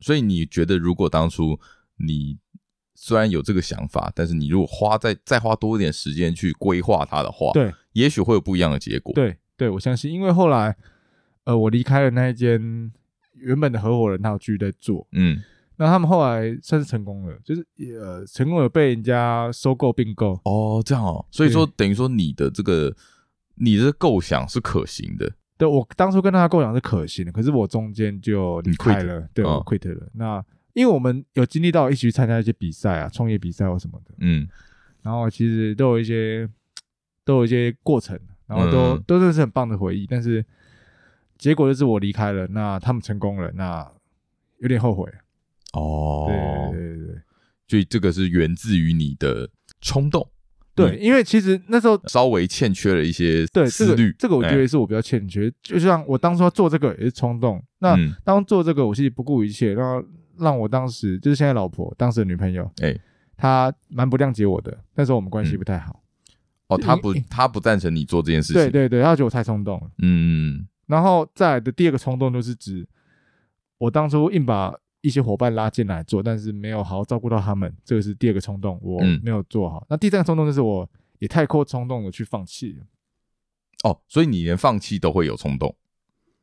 S2: 所以你觉得，如果当初你虽然有这个想法，但是你如果花再再花多一点时间去规划它的话，，
S1: 对
S2: 也许会有不一样的结果。，
S1: 对对，我相信，因为后来呃，我离开了那一间原本的合伙人，他有继续在做，
S2: 嗯，
S1: 那他们后来算是成功了，就是也呃成功了被人家收购并购，
S2: 哦，这样哦，所以
S1: 啊对
S2: 说等于说你的这个你的构想是可行的，
S1: 对我当初跟他构想是可行的，可是我中间就离开了，哦对
S2: 嗯
S1: 我 quit 了。那因为我们有经历到一起去参加一些比赛啊，创业比赛或什么的，
S2: 嗯
S1: 然后其实都有一些都有一些过程，然后都、
S2: 嗯
S1: 都真的是很棒的回忆。但是结果就是我离开了，那他们成功了，那有点后悔。
S2: 哦，
S1: 对对对对
S2: 所以这个是源自于你的冲动，
S1: 对，对因为其实那时候
S2: 稍微欠缺了一些嗯
S1: 对这
S2: 呃思
S1: 个
S2: 虑，
S1: 这个我觉
S2: 哎
S1: 得是我比较欠缺，就像我当初要做这个也是冲动，那。
S2: 嗯
S1: 当初做这个，我是不顾一切，然后让我当时就是现在老婆，当时的女朋友，
S2: 哎
S1: 她蛮不谅解我的。那时候我们关系不太好，
S2: 哦，他不
S1: 因
S2: 他不赞成你做这件事情，
S1: 嗯对对对，她觉得我太冲动了。
S2: 嗯，
S1: 然后再来的第二个冲动就是指，我当初硬把一些伙伴拉进来做，但是没有好好照顾到他们，这个是第二个冲动，我
S2: 嗯
S1: 没有做好。那第三个冲动就是我也太过冲动了去放弃了，
S2: 哦，所以你连放弃都会有冲动，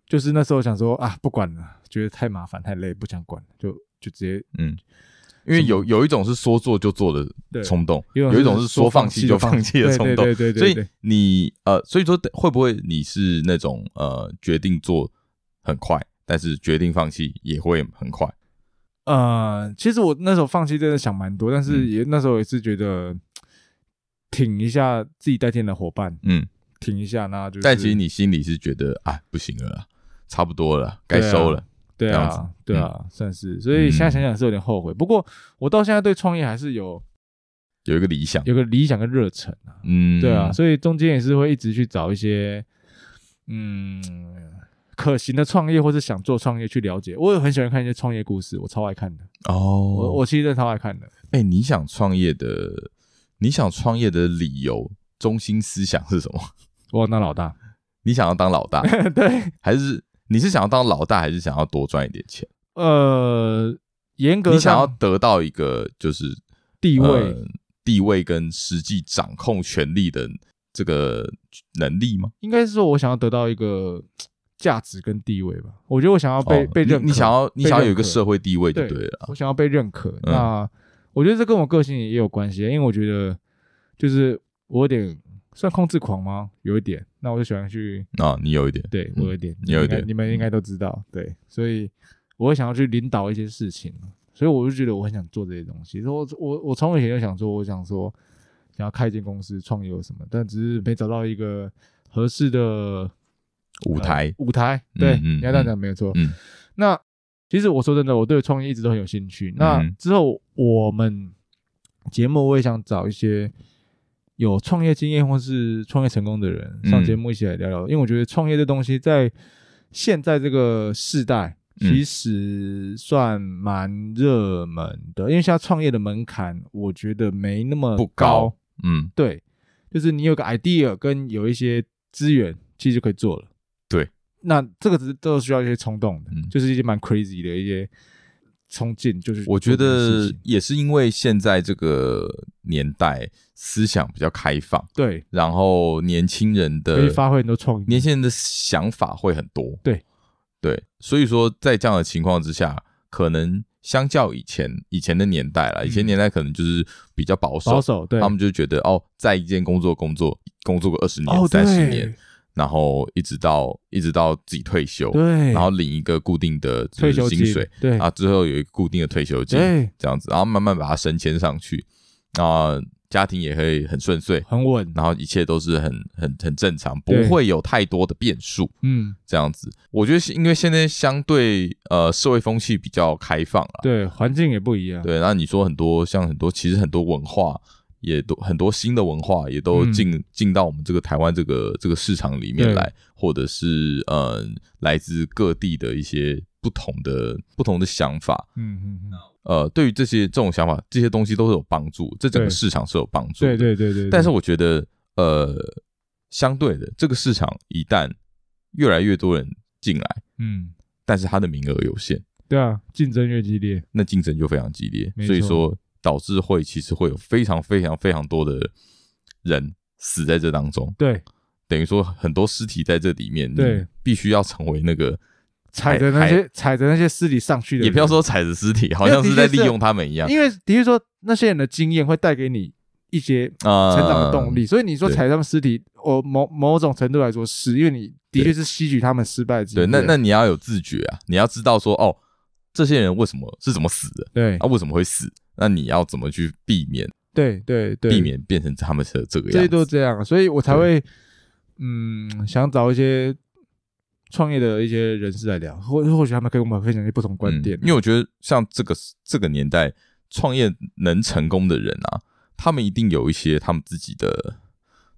S1: 就是那时候想说啊，不管了，觉得太麻烦太累，不想管了，就就直接
S2: 嗯，因为有有一种是说做就做的
S1: 对
S2: 冲动，
S1: 有
S2: 有一种是说放弃就放弃的冲动
S1: 对对对对对
S2: 所
S1: 对
S2: 以你呃，所以说会不会你是那种呃决定做很快，但是决定放弃也会很快？
S1: 呃，其实我那时候放弃真的想蛮多，但是
S2: 嗯
S1: 也、那时候也是觉得挺一下自己带进的伙伴，
S2: 嗯，
S1: 挺一下，那就是
S2: 但其实你心里是觉得啊不行了啦，差不多了，该收了。
S1: 对
S2: 这样子嗯
S1: 啊，对啊，算是，所以现在想想是有点后悔。不过我到现在对创业还是有
S2: 有一个理想，
S1: 有个理想跟热忱啊，
S2: 嗯，
S1: 对啊，所以中间也是会一直去找一些嗯可行的创业，或是想做创业去了解。我也很喜欢看一些创业故事，我超爱看的，
S2: 哦，
S1: 我我其实真的超爱看的。
S2: 哎、你想创业的，你想创业的理由、中心思想是什么？
S1: 我那老大，
S2: 你想要当老大，
S1: 对，
S2: 还是你是想要当老大，还是想要多赚一点钱？
S1: 呃，严格
S2: 你想
S1: 上
S2: 要得到一个就是
S1: 地位、
S2: 呃地位跟实际掌控权力的这个能力吗？
S1: 应该是说我想要得到一个价值跟地位吧。我觉得我想要被、
S2: 哦
S1: 被认可，
S2: 你你想要你想要有一个社
S1: 会
S2: 会地位就
S1: 对
S2: 对了啊。
S1: 我想要被认可。那我觉得这跟我个性也有关系，因为我觉得就是我有点算控制狂吗？有一点，那我就喜欢去
S2: 啊，你有一点，
S1: 对
S2: 嗯
S1: 我有一点，嗯
S2: 你有一
S1: 应该
S2: 点
S1: 你们应该都知道，对，所以我会想要去领导一些事情，所以我就觉得我很想做这些东西。所以我我我从以前就想说，我想说想要开一间公司创业或什么，但只是没找到一个合适的
S2: 舞台
S1: 呃舞台。对，
S2: 嗯嗯
S1: 你要这样讲没有错。
S2: 嗯
S1: 那其实我说真的，我对创业一直都很有兴趣。那
S2: 嗯
S1: 之后我们节目我也想找一些有创业经验或是创业成功的人
S2: 嗯
S1: 上节目一起来聊聊，因为我觉得创业这东西在现在这个世代。
S2: 嗯
S1: 其实算蛮热门的，因为现在创业的门槛，我觉得没那么
S2: 不高嗯，
S1: 对，就是你有个 idea 跟有一些资源，其实就可以做了。
S2: 对，
S1: 那这个只是都需要一些冲动的，
S2: 嗯
S1: 就是一些蛮 crazy 的一些冲劲，就是
S2: 我觉
S1: 做这件事
S2: 得
S1: 情
S2: 也是因为现在这个年代思想比较开放，
S1: 对，
S2: 然后年轻人
S1: 可以
S2: 的
S1: 发挥很多创意。
S2: 年轻人的想法会很多。
S1: 对
S2: 对，所以说在这样的情况之下，可能相较以前以前的年代啦，
S1: 嗯
S2: 以前年代可能就是比较保守，
S1: 保守对，
S2: 他们就觉得哦，在一间工作工作工作个二十
S1: 哦
S2: 年、
S1: 对
S2: 三十、年，然后一直到一直到自己退休，
S1: 对，
S2: 然后领一个固定的就是
S1: 退休
S2: 薪
S1: 金
S2: 水，
S1: 对
S2: 啊，之后有一个固定的退休金，
S1: 对，
S2: 这样子，然后慢慢把它升迁上去，啊、家庭也可以很顺遂，
S1: 很稳，
S2: 然后一切都是很很很正常，不
S1: 对
S2: 会有太多的变数。
S1: 嗯，
S2: 这样子，我觉得是因为现在相对呃社会风气比较开放了，
S1: 对，啊环境也不一样，
S2: 对。那你说很多像很多其实很多文化也都很多新的文化也都
S1: 嗯
S2: 进、进到我们这个台湾这个这个市场里面
S1: 对
S2: 来，或者是呃来自各地的一些不同的不同的想法，
S1: 嗯嗯嗯，
S2: 呃，对于这些这种想法这些东西都是有帮助，这整个
S1: 对
S2: 市场是有帮助的。
S1: 对对对对，对
S2: 但是我觉得，呃，相对的，这个市场一旦越来越多人进来，
S1: 嗯，
S2: 但是它的名额有限，
S1: 对啊，竞争越激烈，
S2: 那竞争就非常激烈，
S1: 没
S2: 所以
S1: 错
S2: 说导致会其实会有非常非常非常多的人死在这当中。
S1: 对
S2: 等于说很多尸体在这里面，
S1: 对，
S2: 必须要成为那个，
S1: 踩着那些踩着那些尸体上去的人，
S2: 也不要说踩着尸体，好
S1: 因为
S2: 像
S1: 的
S2: 是
S1: 确
S2: 在
S1: 是
S2: 利用他们一样，
S1: 因为的确说那些人的经验会带给你一些
S2: 啊，
S1: 成长的动力，所以你说
S2: 对
S1: 踩他们尸体，我某某种程度来说是，因为你的确是吸取他们失败的经
S2: 对，
S1: 验。
S2: 那那你要有自觉啊，你要知道说，哦，这些人为什么是怎么死的，
S1: 对
S2: 啊，为什么会死？那你要怎么去避免
S1: 对对对，
S2: 避免变成他们的这个
S1: 最多
S2: 样子？
S1: 这样，所以我才会嗯想找一些创业的一些人士来聊，或或许他们可以跟我们分享一些不同观点。啊
S2: 嗯因为我觉得像这个这个年代创业能成功的人啊，他们一定有一些他们自己的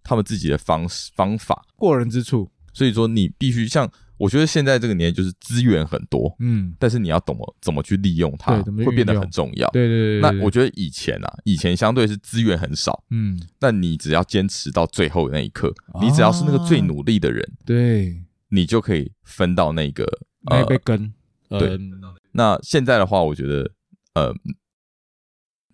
S2: 他们自己的方式方法，
S1: 过人之处，
S2: 所以说你必须像我觉得现在这个年代就是资源很多，
S1: 嗯，
S2: 但是你要懂得怎么去利用它，
S1: 对怎么去
S2: 会变得
S1: 运用
S2: 很重要。
S1: 对对对
S2: 那
S1: 对对
S2: 我觉得以前啊，以前相对是资源很少，
S1: 嗯
S2: 但你只要坚持到最后的那一刻，
S1: 哦
S2: 你只要是那个最努力的人，
S1: 对
S2: 你就可以分到那个
S1: 那
S2: 呃
S1: 一杯羹，
S2: 对
S1: 嗯
S2: 那现在的话，我觉得呃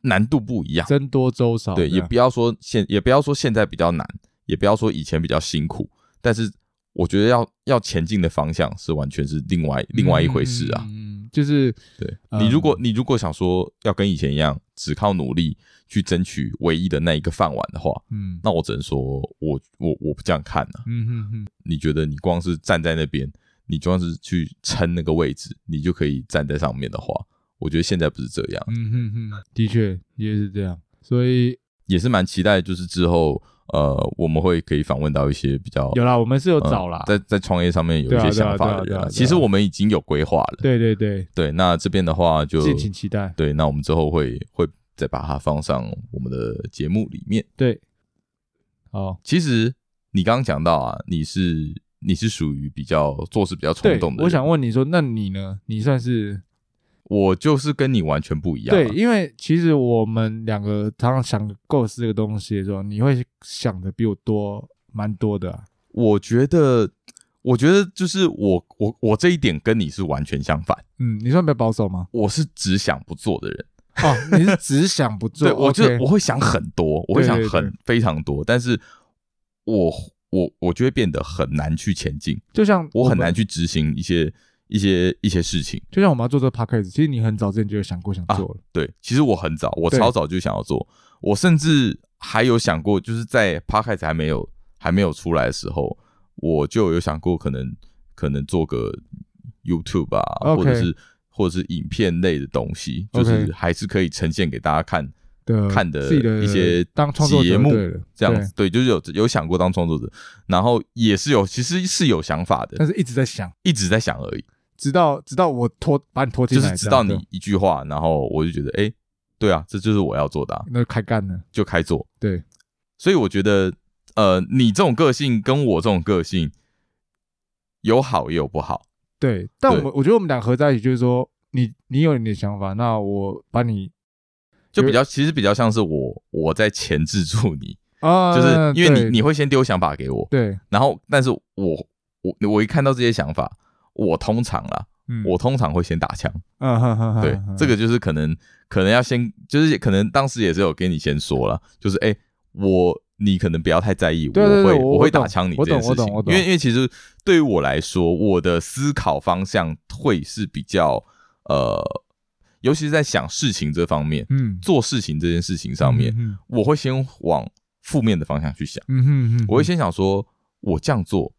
S2: 难度不一样，
S1: 僧多粥少，
S2: 对，
S1: 这
S2: 也
S1: 样
S2: 不要说现也不要说现在比较难，也不要说以前比较辛苦，但是我觉得要要前进的方向是完全是另外另外一回事啊。
S1: 嗯，嗯嗯就是
S2: 对
S1: 嗯
S2: 你如果你如果想说要跟以前一样，只靠努力去争取唯一的那一个饭碗的话，
S1: 嗯
S2: 那我只能说我我我不这样看啊。
S1: 嗯哼哼，
S2: 你觉得你光是站在那边，你光是去撑那个位置，你就可以站在上面的话，我觉得现在不是这样，
S1: 嗯哼哼，的确也是这样，所以
S2: 也是蛮期待，就是之后呃，我们会可以访问到一些比较
S1: 有啦，我们是有
S2: 呃
S1: 找啦，
S2: 在在创业上面有
S1: 对
S2: 一些
S1: 啊对啊
S2: 想法
S1: 对啊
S2: 的
S1: 对
S2: 人啊。
S1: 啊对啊
S2: 其实我们已经有规划了，
S1: 对对对，
S2: 对，那这边的话就
S1: 敬请期待，
S2: 对，那我们之后会会再把它放上我们的节目里面。
S1: 对，好，
S2: 其实你刚刚讲到啊，你是你是属于比较做事比较冲
S1: 对
S2: 动，的人，
S1: 我想问你说，那你呢？你算是
S2: 我就是跟你完全不一样啊、
S1: 对，因为其实我们两个常常想构思这个东西的时候，你会想的比我多蛮多的啊，
S2: 我觉得，我觉得就是我我我这一点跟你是完全相反，
S1: 嗯，你算比较保守吗？
S2: 我是只想不做的人。
S1: 哦，你是只想不做，
S2: 对，我就
S1: OK
S2: 我会想很多，我会想
S1: 对对
S2: 很非常多，但是我我我就会变得很难去前进，
S1: 就像
S2: 我很
S1: 们
S2: 难去执行一些一些一些事情。
S1: 就像我们要做这个 podcast，其实你很早之前就有想过想
S2: 啊
S1: 做了，
S2: 对，其实我很早，我
S1: 对
S2: 超早就想要做，我甚至还有想过，就是在 p o d c a s 还没有还没有出来的时候，我就有想过可能可能做个 YouTube 啊
S1: OK
S2: 或者是或者是影片类的东西，就
S1: OK
S2: 是还是可以呈现给大家看
S1: 的
S2: 看的
S1: 自己的
S2: 一些
S1: 当创作者
S2: 节目
S1: 对了
S2: 这样
S1: 对
S2: 子。对，就是有有想过当创作者，然后也是有其实是有想法的，
S1: 但是一直在想，
S2: 一直在想而已，
S1: 直到直到我拖把你拖进
S2: 就
S1: 来，
S2: 是直到
S1: 这
S2: 你
S1: 样
S2: 一句话，然后我就觉得哎、诶对啊，这就是我要做的、啊，
S1: 对那就开干了，
S2: 就开做。
S1: 对，
S2: 所以我觉得，呃，你这种个性跟我这种个性有好也有不好，
S1: 对，但我
S2: 对
S1: 们我觉得我们俩合在一起，就是说你你有你的想法，那我把你
S2: 就比较其实比较像是我我在钳制住你，
S1: 啊，
S2: 就是因为
S1: 对
S2: 你你会先丢想法给我，
S1: 对，
S2: 然后但是我我我一看到这些想法，我通常啦，
S1: 嗯，
S2: 我通常会先打枪，
S1: 嗯哼哼哼，
S2: 对
S1: 哼，
S2: 这个就是可能可能要先就是可能当时也是有跟你先说了，就是哎、诶我。你可能不要太在意，
S1: 对对
S2: 我
S1: 对
S2: 会
S1: 我
S2: 会
S1: 我懂
S2: 打枪你
S1: 我
S2: 这件事
S1: 懂我
S2: 情，
S1: 懂我懂
S2: 因为因为其实对于我来说，我的思考方向会是比较呃，尤其是在想事情这方面，
S1: 嗯
S2: 做事情这件事情上面，
S1: 嗯
S2: 我会先往负面的方向去想，
S1: 嗯哼哼，
S2: 我会先想说，我这样做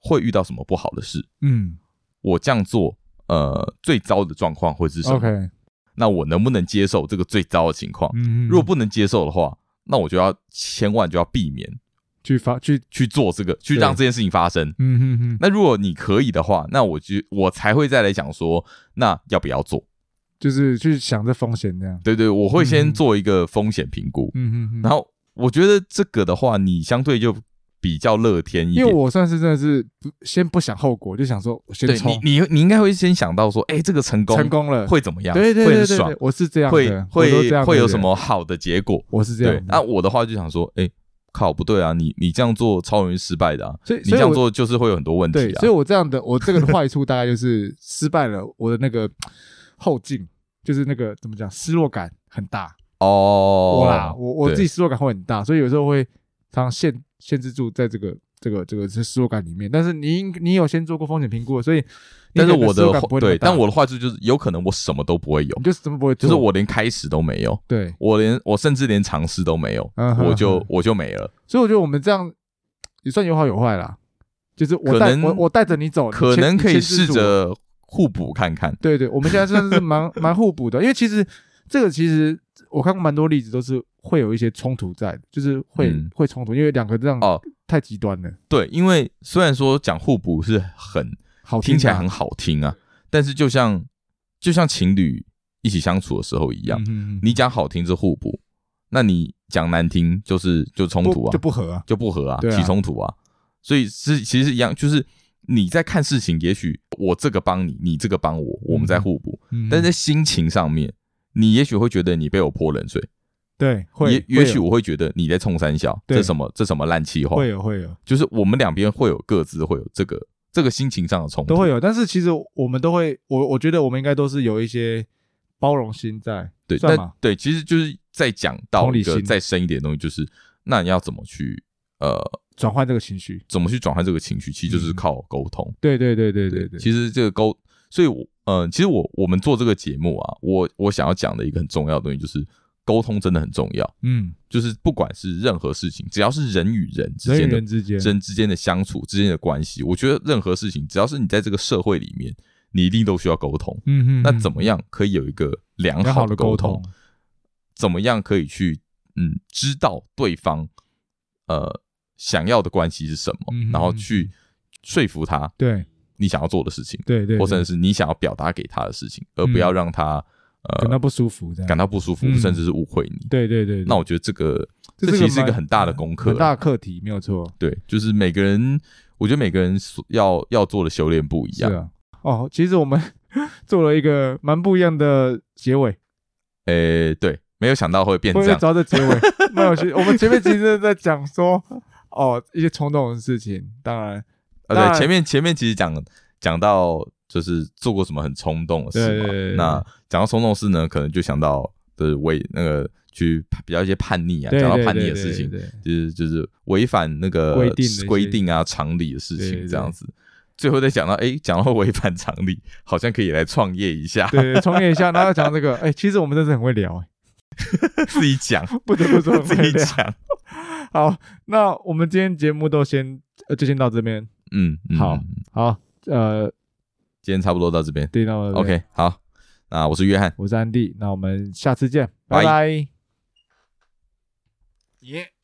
S2: 会遇到什么不好的事，
S1: 嗯
S2: 我这样做呃最糟的状况会是什么
S1: OK，嗯
S2: 那我能不能接受这个最糟的情况？
S1: 嗯，
S2: 如果不能接受的话，那我就要千万就要避免
S1: 去发去，
S2: 去做这个，去让这件事情发生。
S1: 嗯哼哼，
S2: 那如果你可以的话，那我就我才会再来讲说，那要不要做？
S1: 就是去想这风险这样，
S2: 对对，我会
S1: 嗯
S2: 先
S1: 嗯
S2: 做一个风险评估。
S1: 嗯哼哼，
S2: 然后我觉得这个的话，你相对就比较乐天一
S1: 因
S2: 点
S1: 为。我算是真的是不先不想后果，就想说我先
S2: 对
S1: 冲，
S2: 你，你你应该会先想到说，哎，这个成功
S1: 成功了，
S2: 会怎么样？
S1: 对对
S2: 会
S1: 对
S2: 很
S1: 对
S2: 爽
S1: 对，，我是这样
S2: 会
S1: 的，我都这
S2: 会
S1: 样
S2: 会有
S1: 的
S2: 什
S1: 人？
S2: 么好的结果？
S1: 我是这
S2: 对
S1: 样，的，
S2: 那我的话就想说，哎、靠，不对啊，你你这样做超容易失败的啊，
S1: 所以
S2: 你
S1: 所
S2: 这
S1: 以
S2: 样
S1: 我
S2: 做就是会有很多问题
S1: 对，
S2: 啊。
S1: 所以我这样的我这个的坏处大概就是失败了，我的那个后劲就是那个怎么讲失落感很大，
S2: 哦，
S1: 我啦，我我
S2: 对
S1: 自己失落感会很大，所以有时候会常常限限制住在这个这个这个是失落感里面。但是你应你有先做过风险评估，所以你
S2: 但是
S1: 可能
S2: 我
S1: 失落
S2: 的
S1: 感
S2: 坏
S1: 不会那么
S2: 对，
S1: 大
S2: 但我的坏处就是有可能我什么都不会有
S1: 你，就是怎么不会
S2: 就
S1: 做，
S2: 是我连开始都没有，
S1: 对，
S2: 我连我甚至连尝试都没有，
S1: 嗯哼
S2: 我就
S1: 哼
S2: 我就没了。
S1: 所以我觉得我们这样也算有好有坏啦。就是我
S2: 可
S1: 带
S2: 能
S1: 我我带着哦你走，你
S2: 可
S1: 牵
S2: 能
S1: 你
S2: 可以
S1: 牵制
S2: 试
S1: 住我
S2: 着互补看看。
S1: 对对，我们现在算 是蛮蛮互补的，因为其实这个其实我看过蛮多例子，都是会有一些冲突在的，就是会、
S2: 嗯
S1: 会冲突，因为两个这样
S2: 哦
S1: 太极端了，
S2: 对，因为虽然说讲互补是很
S1: 好
S2: 听起来
S1: 啊
S2: 很好听啊，但是就像就像情侣一起相处的时候一样，
S1: 嗯哼哼
S2: 你讲好听是互补，那你讲难听就是就冲突
S1: 不
S2: 啊，
S1: 就不合啊，
S2: 就不合啊，
S1: 对啊
S2: 起冲突啊。所以是其实是一样，就是你在看事情，也许我这个帮你，你这个帮
S1: 嗯
S2: 我，我们在互补，嗯但是在心情上面，你也许会觉得你被我泼冷水，
S1: 对会
S2: 也
S1: 会
S2: 也许
S1: 有
S2: 我会觉得你在冲三小，
S1: 对
S2: 这什么这什么烂气话，
S1: 会有会有
S2: 就是我们两边会有各自会有这个这个心情上的冲突，
S1: 都会有，但是其实我们都会，我我觉得我们应该都是有一些包容心在，
S2: 对，
S1: 算
S2: 那
S1: 吗？
S2: 对，其实就是再讲到
S1: 同理
S2: 一个
S1: 心
S2: 再深一点的东西，就是那你要怎么去呃，
S1: 转换这个情绪，
S2: 怎么去转换这个情绪，其实就是
S1: 嗯
S2: 靠沟通。
S1: 对对对对对对，
S2: 其实这个沟，所以我嗯、其实我我们做这个节目啊，我我想要讲的一个很重要的东西就是沟通真的很重要，
S1: 嗯，
S2: 就是不管是任何事情，只要是人与人之
S1: 人与
S2: 间的
S1: 人之间，
S2: 人之间的相处之间的关系，我觉得任何事情，只要是你在这个社会里面，你一定都需要沟通。
S1: 嗯哼，
S2: 那怎
S1: 么
S2: 么样可以有一个良
S1: 良好
S2: 的
S1: 的沟
S2: 通
S1: 通？
S2: 怎么样可以去嗯知道对方呃想要的关系是什么，
S1: 嗯
S2: 然后
S1: 嗯
S2: 去说服他
S1: 对
S2: 你想要做的事情，
S1: 对对，
S2: 或
S1: 对
S2: 者是你想要表达给他的事情，而不要让他
S1: 感到
S2: 呃
S1: 不舒服这样，
S2: 感到不舒服，
S1: 嗯
S2: 甚至是误会你。
S1: 对对对，对
S2: 那我觉得这个
S1: 这
S2: 这其实是一个
S1: 蛮
S2: 很大的功课
S1: 很大
S2: 啊，
S1: 的课题，没有错。
S2: 对，就是每个人，我觉得每个人所要要做的修炼不一
S1: 是
S2: 样。
S1: 啊，哦，其实我们 做了一个蛮不一样的结尾，
S2: 诶，对，没有想到会变
S1: 不
S2: 这
S1: 会
S2: 样，
S1: 找的结 尾蛮有趣。我们前面其实在讲说，哦，一些冲动的事情，当然，
S2: 啊，
S1: 当然
S2: 对，前面前面其实讲讲到就是做过什么很冲动的事嘛。
S1: 对对对对
S2: 那讲到冲动的事呢，可能就想到就是违那个去比较一些叛逆啊，
S1: 对
S2: 讲到
S1: 对
S2: 叛
S1: 对
S2: 逆的
S1: 对
S2: 事情，
S1: 对
S2: 就是就是违反那个
S1: 规定的一些
S2: 规定啊、常理的事
S1: 对对
S2: 情
S1: 对
S2: 这样子。最后再讲到，哎，讲到违反常理，好像可以来创业一下，
S1: 对对，重演一下，然后讲 这个，哎，其实我们真是很会聊，哎，
S2: 自己 讲，
S1: 不得不说很
S2: 自
S1: 会
S2: 己
S1: 聊。
S2: 讲，
S1: 好，那我们今天节目都先呃就先到这边，
S2: 嗯，嗯
S1: 好好，呃，
S2: 今天差不多到这边
S1: 对，到这边
S2: ，OK，好，那我是约翰。
S1: 我是安迪，那我们下次见，
S2: 拜
S1: 拜拜。耶。